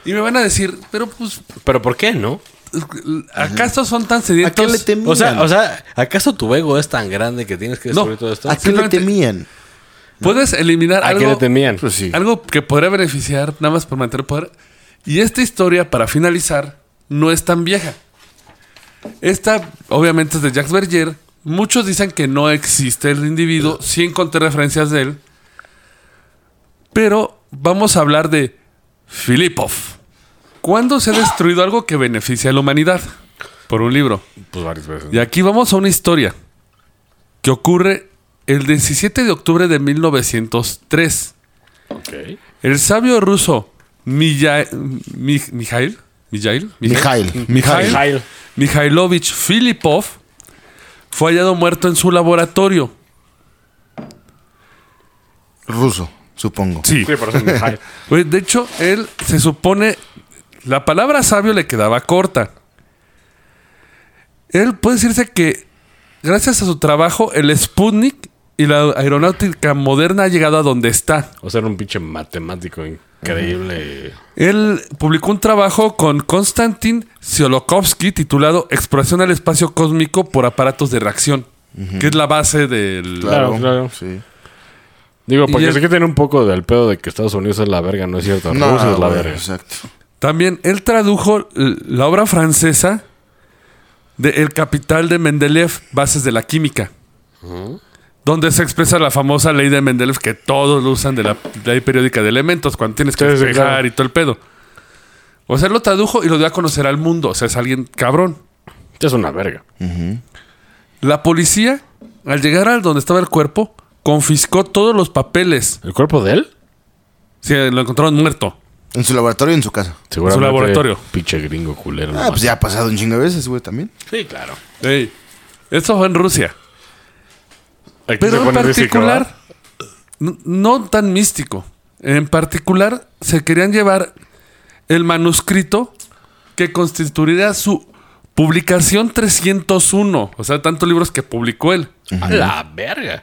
Speaker 2: Y me van a decir, pero pues,
Speaker 4: Pero, ¿por qué no?
Speaker 2: ¿acaso son tan
Speaker 3: ¿A qué le
Speaker 2: sedientos?
Speaker 3: temían?
Speaker 4: O sea, o sea, ¿acaso tu ego es tan grande que tienes que destruir
Speaker 2: No.
Speaker 4: todo esto?
Speaker 3: ¿A qué le
Speaker 2: simplemente-
Speaker 3: temían?
Speaker 2: Puedes eliminar
Speaker 4: ¿A
Speaker 2: algo.
Speaker 4: qué le temían?
Speaker 3: Pues sí.
Speaker 2: Algo que podría beneficiar nada más por mantener poder. Y esta historia, para finalizar, no es tan vieja. Esta, obviamente, es de Jacques Berger. Muchos dicen que no existe el individuo. Sí encontré referencias de él. Pero vamos a hablar de Filipov. ¿Cuándo se ha destruido algo que beneficia a la humanidad? Por un libro.
Speaker 4: Pues varias veces.
Speaker 2: Y aquí vamos a una historia que ocurre el 17 de octubre de 1903.
Speaker 4: Ok.
Speaker 2: El sabio ruso Mija- Mi- Mijail, Mijail,
Speaker 3: Mijail. Mijail.
Speaker 4: Mijail.
Speaker 2: Mijailovich Filipov fue hallado muerto en su laboratorio.
Speaker 3: Ruso, supongo.
Speaker 4: Sí, por eso es Mijail.
Speaker 2: Güey, De hecho, él se supone. La palabra sabio le quedaba corta. Él puede decirse que, gracias a su trabajo, el Sputnik y la aeronáutica moderna ha llegado a donde está.
Speaker 4: O sea, era un pinche matemático increíble.
Speaker 2: Él publicó un trabajo con Konstantin Tsiolkovsky titulado Exploración al espacio cósmico por aparatos de reacción, que es la base del.
Speaker 4: Claro, claro.
Speaker 3: Sí.
Speaker 4: Digo, para
Speaker 2: Y
Speaker 4: que
Speaker 2: el-
Speaker 4: se quiten un poco del pedo de que Estados Unidos es la verga, no es cierto. Rusia es la
Speaker 3: güey,
Speaker 4: verga.
Speaker 3: Exacto.
Speaker 2: También él tradujo l- la obra francesa de El Capital de Mendeleev, Bases de la Química, donde se expresa la famosa ley de Mendeleev que todos lo usan de la ley periódica de elementos, cuando tienes que
Speaker 4: Sí, sí,
Speaker 2: despejar
Speaker 4: claro.
Speaker 2: y todo el pedo. O sea, él lo tradujo y lo dio a conocer al mundo. O sea, es alguien cabrón.
Speaker 4: Este Es una verga.
Speaker 2: La policía, al llegar al donde estaba el cuerpo, confiscó todos los papeles.
Speaker 4: ¿El cuerpo de él?
Speaker 2: Sí, lo encontraron muerto.
Speaker 3: En su laboratorio y en su casa.
Speaker 4: Seguramente.
Speaker 2: laboratorio.
Speaker 4: Pinche gringo culero.
Speaker 3: Ah,
Speaker 4: nomás.
Speaker 3: pues ya ha pasado un chingo de veces, güey, también.
Speaker 4: Sí, claro.
Speaker 2: Ey, Esto fue en Rusia.
Speaker 4: Aquí se
Speaker 2: Pero en
Speaker 4: pone místico, ah?
Speaker 2: particular,
Speaker 4: ¿verdad?
Speaker 2: no, no tan místico. En particular, se querían llevar el manuscrito que constituiría su publicación 301. O sea, tantos libros que publicó él.
Speaker 4: A la verga.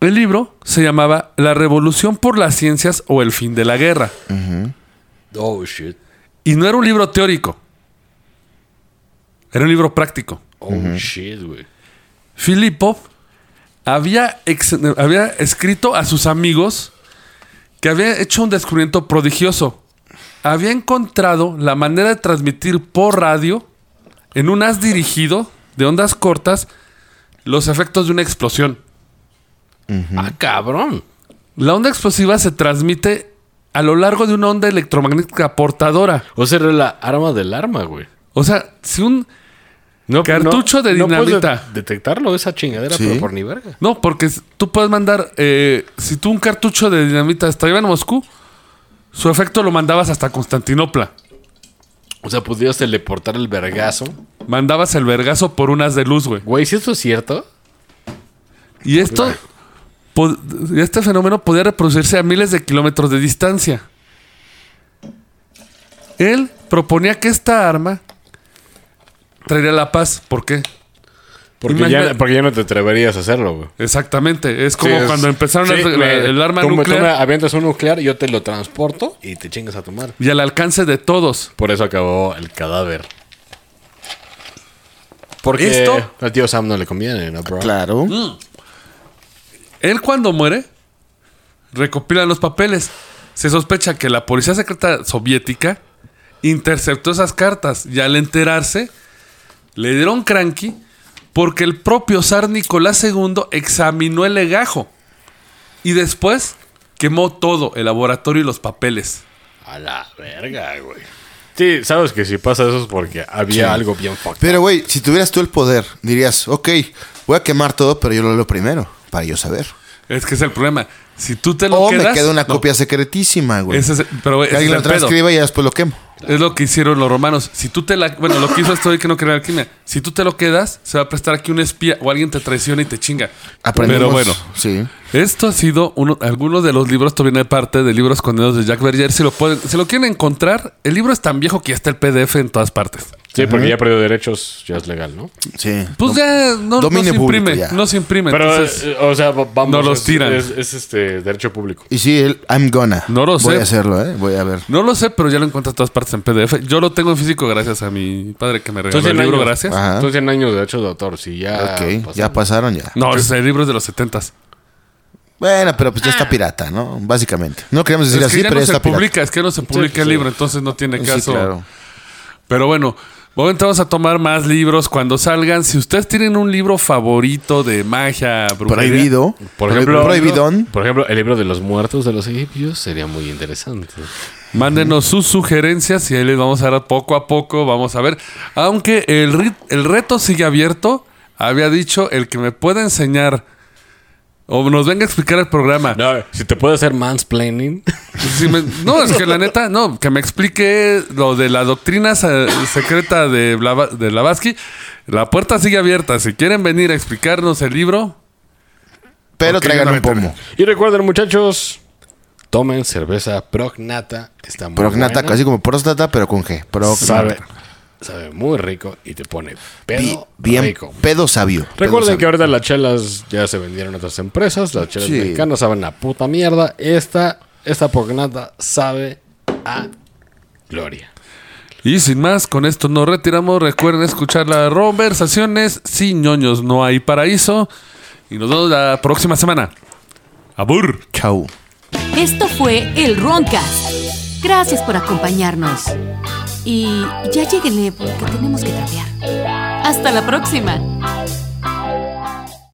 Speaker 2: El libro se llamaba La Revolución por las Ciencias o el Fin de la Guerra.
Speaker 4: Oh, shit.
Speaker 2: Y no era un libro teórico. Era un libro práctico.
Speaker 4: Oh, shit, güey.
Speaker 2: Filipov había, ex- había escrito a sus amigos que había hecho un descubrimiento prodigioso. Había encontrado la manera de transmitir por radio, en un haz dirigido de ondas cortas, los efectos de una explosión.
Speaker 4: Ah, cabrón.
Speaker 2: La onda explosiva se transmite a lo largo de una onda electromagnética portadora.
Speaker 4: O sea, era la arma del arma, güey.
Speaker 2: O sea, si un...
Speaker 4: No,
Speaker 2: Cartucho de
Speaker 4: puedes
Speaker 2: dinamita.
Speaker 4: de- detectarlo esa chingadera,
Speaker 3: Sí.
Speaker 4: pero por ni verga.
Speaker 2: No, porque s- tú puedes mandar, eh, si tú un cartucho de dinamita hasta iba en Moscú, su efecto lo mandabas hasta Constantinopla.
Speaker 4: O sea, pudieras teleportar el vergazo.
Speaker 2: Mandabas el vergazo por unas de luz, güey.
Speaker 4: Güey, si esto es cierto,
Speaker 2: Y esto, po- y este fenómeno podía reproducirse a miles de kilómetros de distancia. Él proponía que esta arma traería la paz. ¿Por qué?
Speaker 4: porque
Speaker 2: Imagina-
Speaker 4: ya, porque ya no te atreverías a hacerlo, güey.
Speaker 2: Exactamente. Es como
Speaker 4: Sí, es-
Speaker 2: cuando empezaron
Speaker 4: sí,
Speaker 2: a- la-
Speaker 4: me-
Speaker 2: el arma
Speaker 4: tú me- tú
Speaker 2: nuclear
Speaker 4: me avientas un nuclear, yo te lo transporto y te chingas a tu madre.
Speaker 2: y al alcance de todos.
Speaker 4: Por eso acabó el cadáver. Porque
Speaker 2: ¿Esto?
Speaker 4: al tío Sam no le conviene, ¿no, bro?
Speaker 3: Claro.
Speaker 2: Él cuando muere, recopilan los papeles. Se sospecha que la policía secreta soviética interceptó esas cartas y al enterarse le dieron cranky porque el propio zar Nicolás II examinó el legajo y después quemó todo, el laboratorio y los papeles.
Speaker 4: A la verga, güey. Sí, sabes que si pasa eso es porque había algo bien fucked.
Speaker 3: Pero, güey, si tuvieras tú el poder, dirías, ok, voy a quemar todo, pero yo lo leo primero, para yo saber.
Speaker 2: Es que es el problema. Si tú te lo
Speaker 3: O
Speaker 2: quedas,
Speaker 3: me queda una
Speaker 2: no.
Speaker 3: copia secretísima, güey.
Speaker 2: Ese es- pero
Speaker 3: Que
Speaker 2: ese es
Speaker 3: alguien lo
Speaker 2: el pedo.
Speaker 3: transcriba y ya después lo quemo.
Speaker 2: Es lo que hicieron los romanos. Si tú te la. Bueno, lo que hizo esto de que no quería alquimia. Si tú te lo quedas, se va a prestar aquí un espía o alguien te traiciona y te chinga. Pero
Speaker 3: Aprendemos.
Speaker 2: bueno,
Speaker 3: Sí.
Speaker 2: esto ha sido uno, algunos de los libros. Esto viene parte de libros escondidos de Jack Berger. Si lo pueden, si lo quieren encontrar, el libro es tan viejo que ya está el PDF en todas partes.
Speaker 4: Sí, porque ya perdió derechos, ya es legal, ¿no?
Speaker 3: Sí.
Speaker 2: Pues ya no, no se
Speaker 3: dominio público
Speaker 2: imprime.
Speaker 3: ya.
Speaker 2: No se imprime.
Speaker 4: Pero,
Speaker 2: entonces,
Speaker 4: eh, o sea, va- vamos.
Speaker 2: no los
Speaker 4: es-
Speaker 2: tiran.
Speaker 4: Es, es, este derecho público.
Speaker 3: Y sí, el I'm gonna.
Speaker 2: No lo
Speaker 3: Voy
Speaker 2: sé.
Speaker 3: a hacerlo, ¿eh? Voy a ver.
Speaker 2: no lo sé, pero ya lo encuentras en todas partes en PDF. Yo lo tengo en físico gracias a mi padre que me regaló
Speaker 4: Entonces,
Speaker 2: el libro.
Speaker 4: años.
Speaker 2: Gracias.
Speaker 3: Ajá.
Speaker 4: Entonces, en años de derechos de autor, si ya.
Speaker 3: ok,
Speaker 4: pasaron.
Speaker 3: ya pasaron ya.
Speaker 2: No, ese libro es de los 70s.
Speaker 3: Bueno, pero pues ya está pirata, ¿no? Básicamente. No queríamos decir
Speaker 2: Pues es que
Speaker 3: así,
Speaker 2: ya no
Speaker 3: pero ya
Speaker 2: se
Speaker 3: está pirata.
Speaker 2: publica, es que no se publica
Speaker 4: sí,
Speaker 2: el
Speaker 4: sí.
Speaker 2: libro, entonces no tiene
Speaker 3: Sí,
Speaker 2: caso.
Speaker 3: claro.
Speaker 2: Pero bueno, ahorita vamos a tomar más libros cuando salgan. Si ustedes tienen un libro favorito de magia, brujería,
Speaker 3: Prohibido.
Speaker 4: Por ejemplo,
Speaker 3: Prohibidón.
Speaker 4: Por ejemplo, el libro de los muertos de los egipcios sería muy interesante.
Speaker 2: mándenos sus sugerencias y ahí les vamos a dar poco a poco, vamos a ver. Aunque el, ri- el reto sigue abierto, había dicho el que me pueda enseñar o nos venga a explicar el programa.
Speaker 4: No, si te puede hacer mansplaining.
Speaker 2: Si Pues me- no, es que la neta, no, que me explique lo de la doctrina sa- secreta de, Blava- de Blavatsky. La puerta sigue abierta. Si quieren venir a explicarnos el libro,
Speaker 3: Pero
Speaker 2: Ok,
Speaker 3: traigan
Speaker 2: no
Speaker 3: un
Speaker 2: me
Speaker 3: pomo.
Speaker 4: y recuerden, muchachos, tomen cerveza Prognata. Está muy
Speaker 3: Prognata,
Speaker 4: buena.
Speaker 3: casi como próstata, pero con G. Prognata.
Speaker 4: Sabe, sabe muy rico y te pone
Speaker 3: Bi-
Speaker 4: pedo
Speaker 3: bien
Speaker 4: rico.
Speaker 3: pedo sabio.
Speaker 4: Recuerden que
Speaker 3: Pedo sabio.
Speaker 4: ahorita las chelas ya se vendieron a otras empresas. Las chelas
Speaker 3: Sí.
Speaker 4: mexicanas saben a puta mierda. Esta, esta Prognata sabe a gloria.
Speaker 2: y sin más, con esto nos retiramos. Recuerden escuchar las conversaciones. Sin ñoños no hay paraíso. Y nos vemos la próxima semana. Abur.
Speaker 3: Chau.
Speaker 1: Esto fue el Roncast. Gracias por eh, acompañarnos. Y ya lleguenle porque tenemos que trapear. Hasta la próxima.